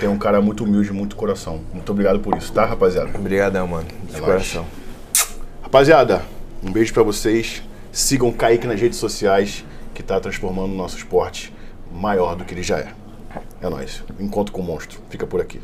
Speaker 1: tem um cara muito humilde, muito coração. Muito obrigado por isso, tá, rapaziada?
Speaker 2: Obrigadão, mano. De
Speaker 1: nóis.
Speaker 2: coração.
Speaker 1: Rapaziada, um beijo pra vocês. Sigam o Kaique nas redes sociais, que tá transformando o nosso esporte maior do que ele já é. É nóis. Encontro com o monstro. Fica por aqui.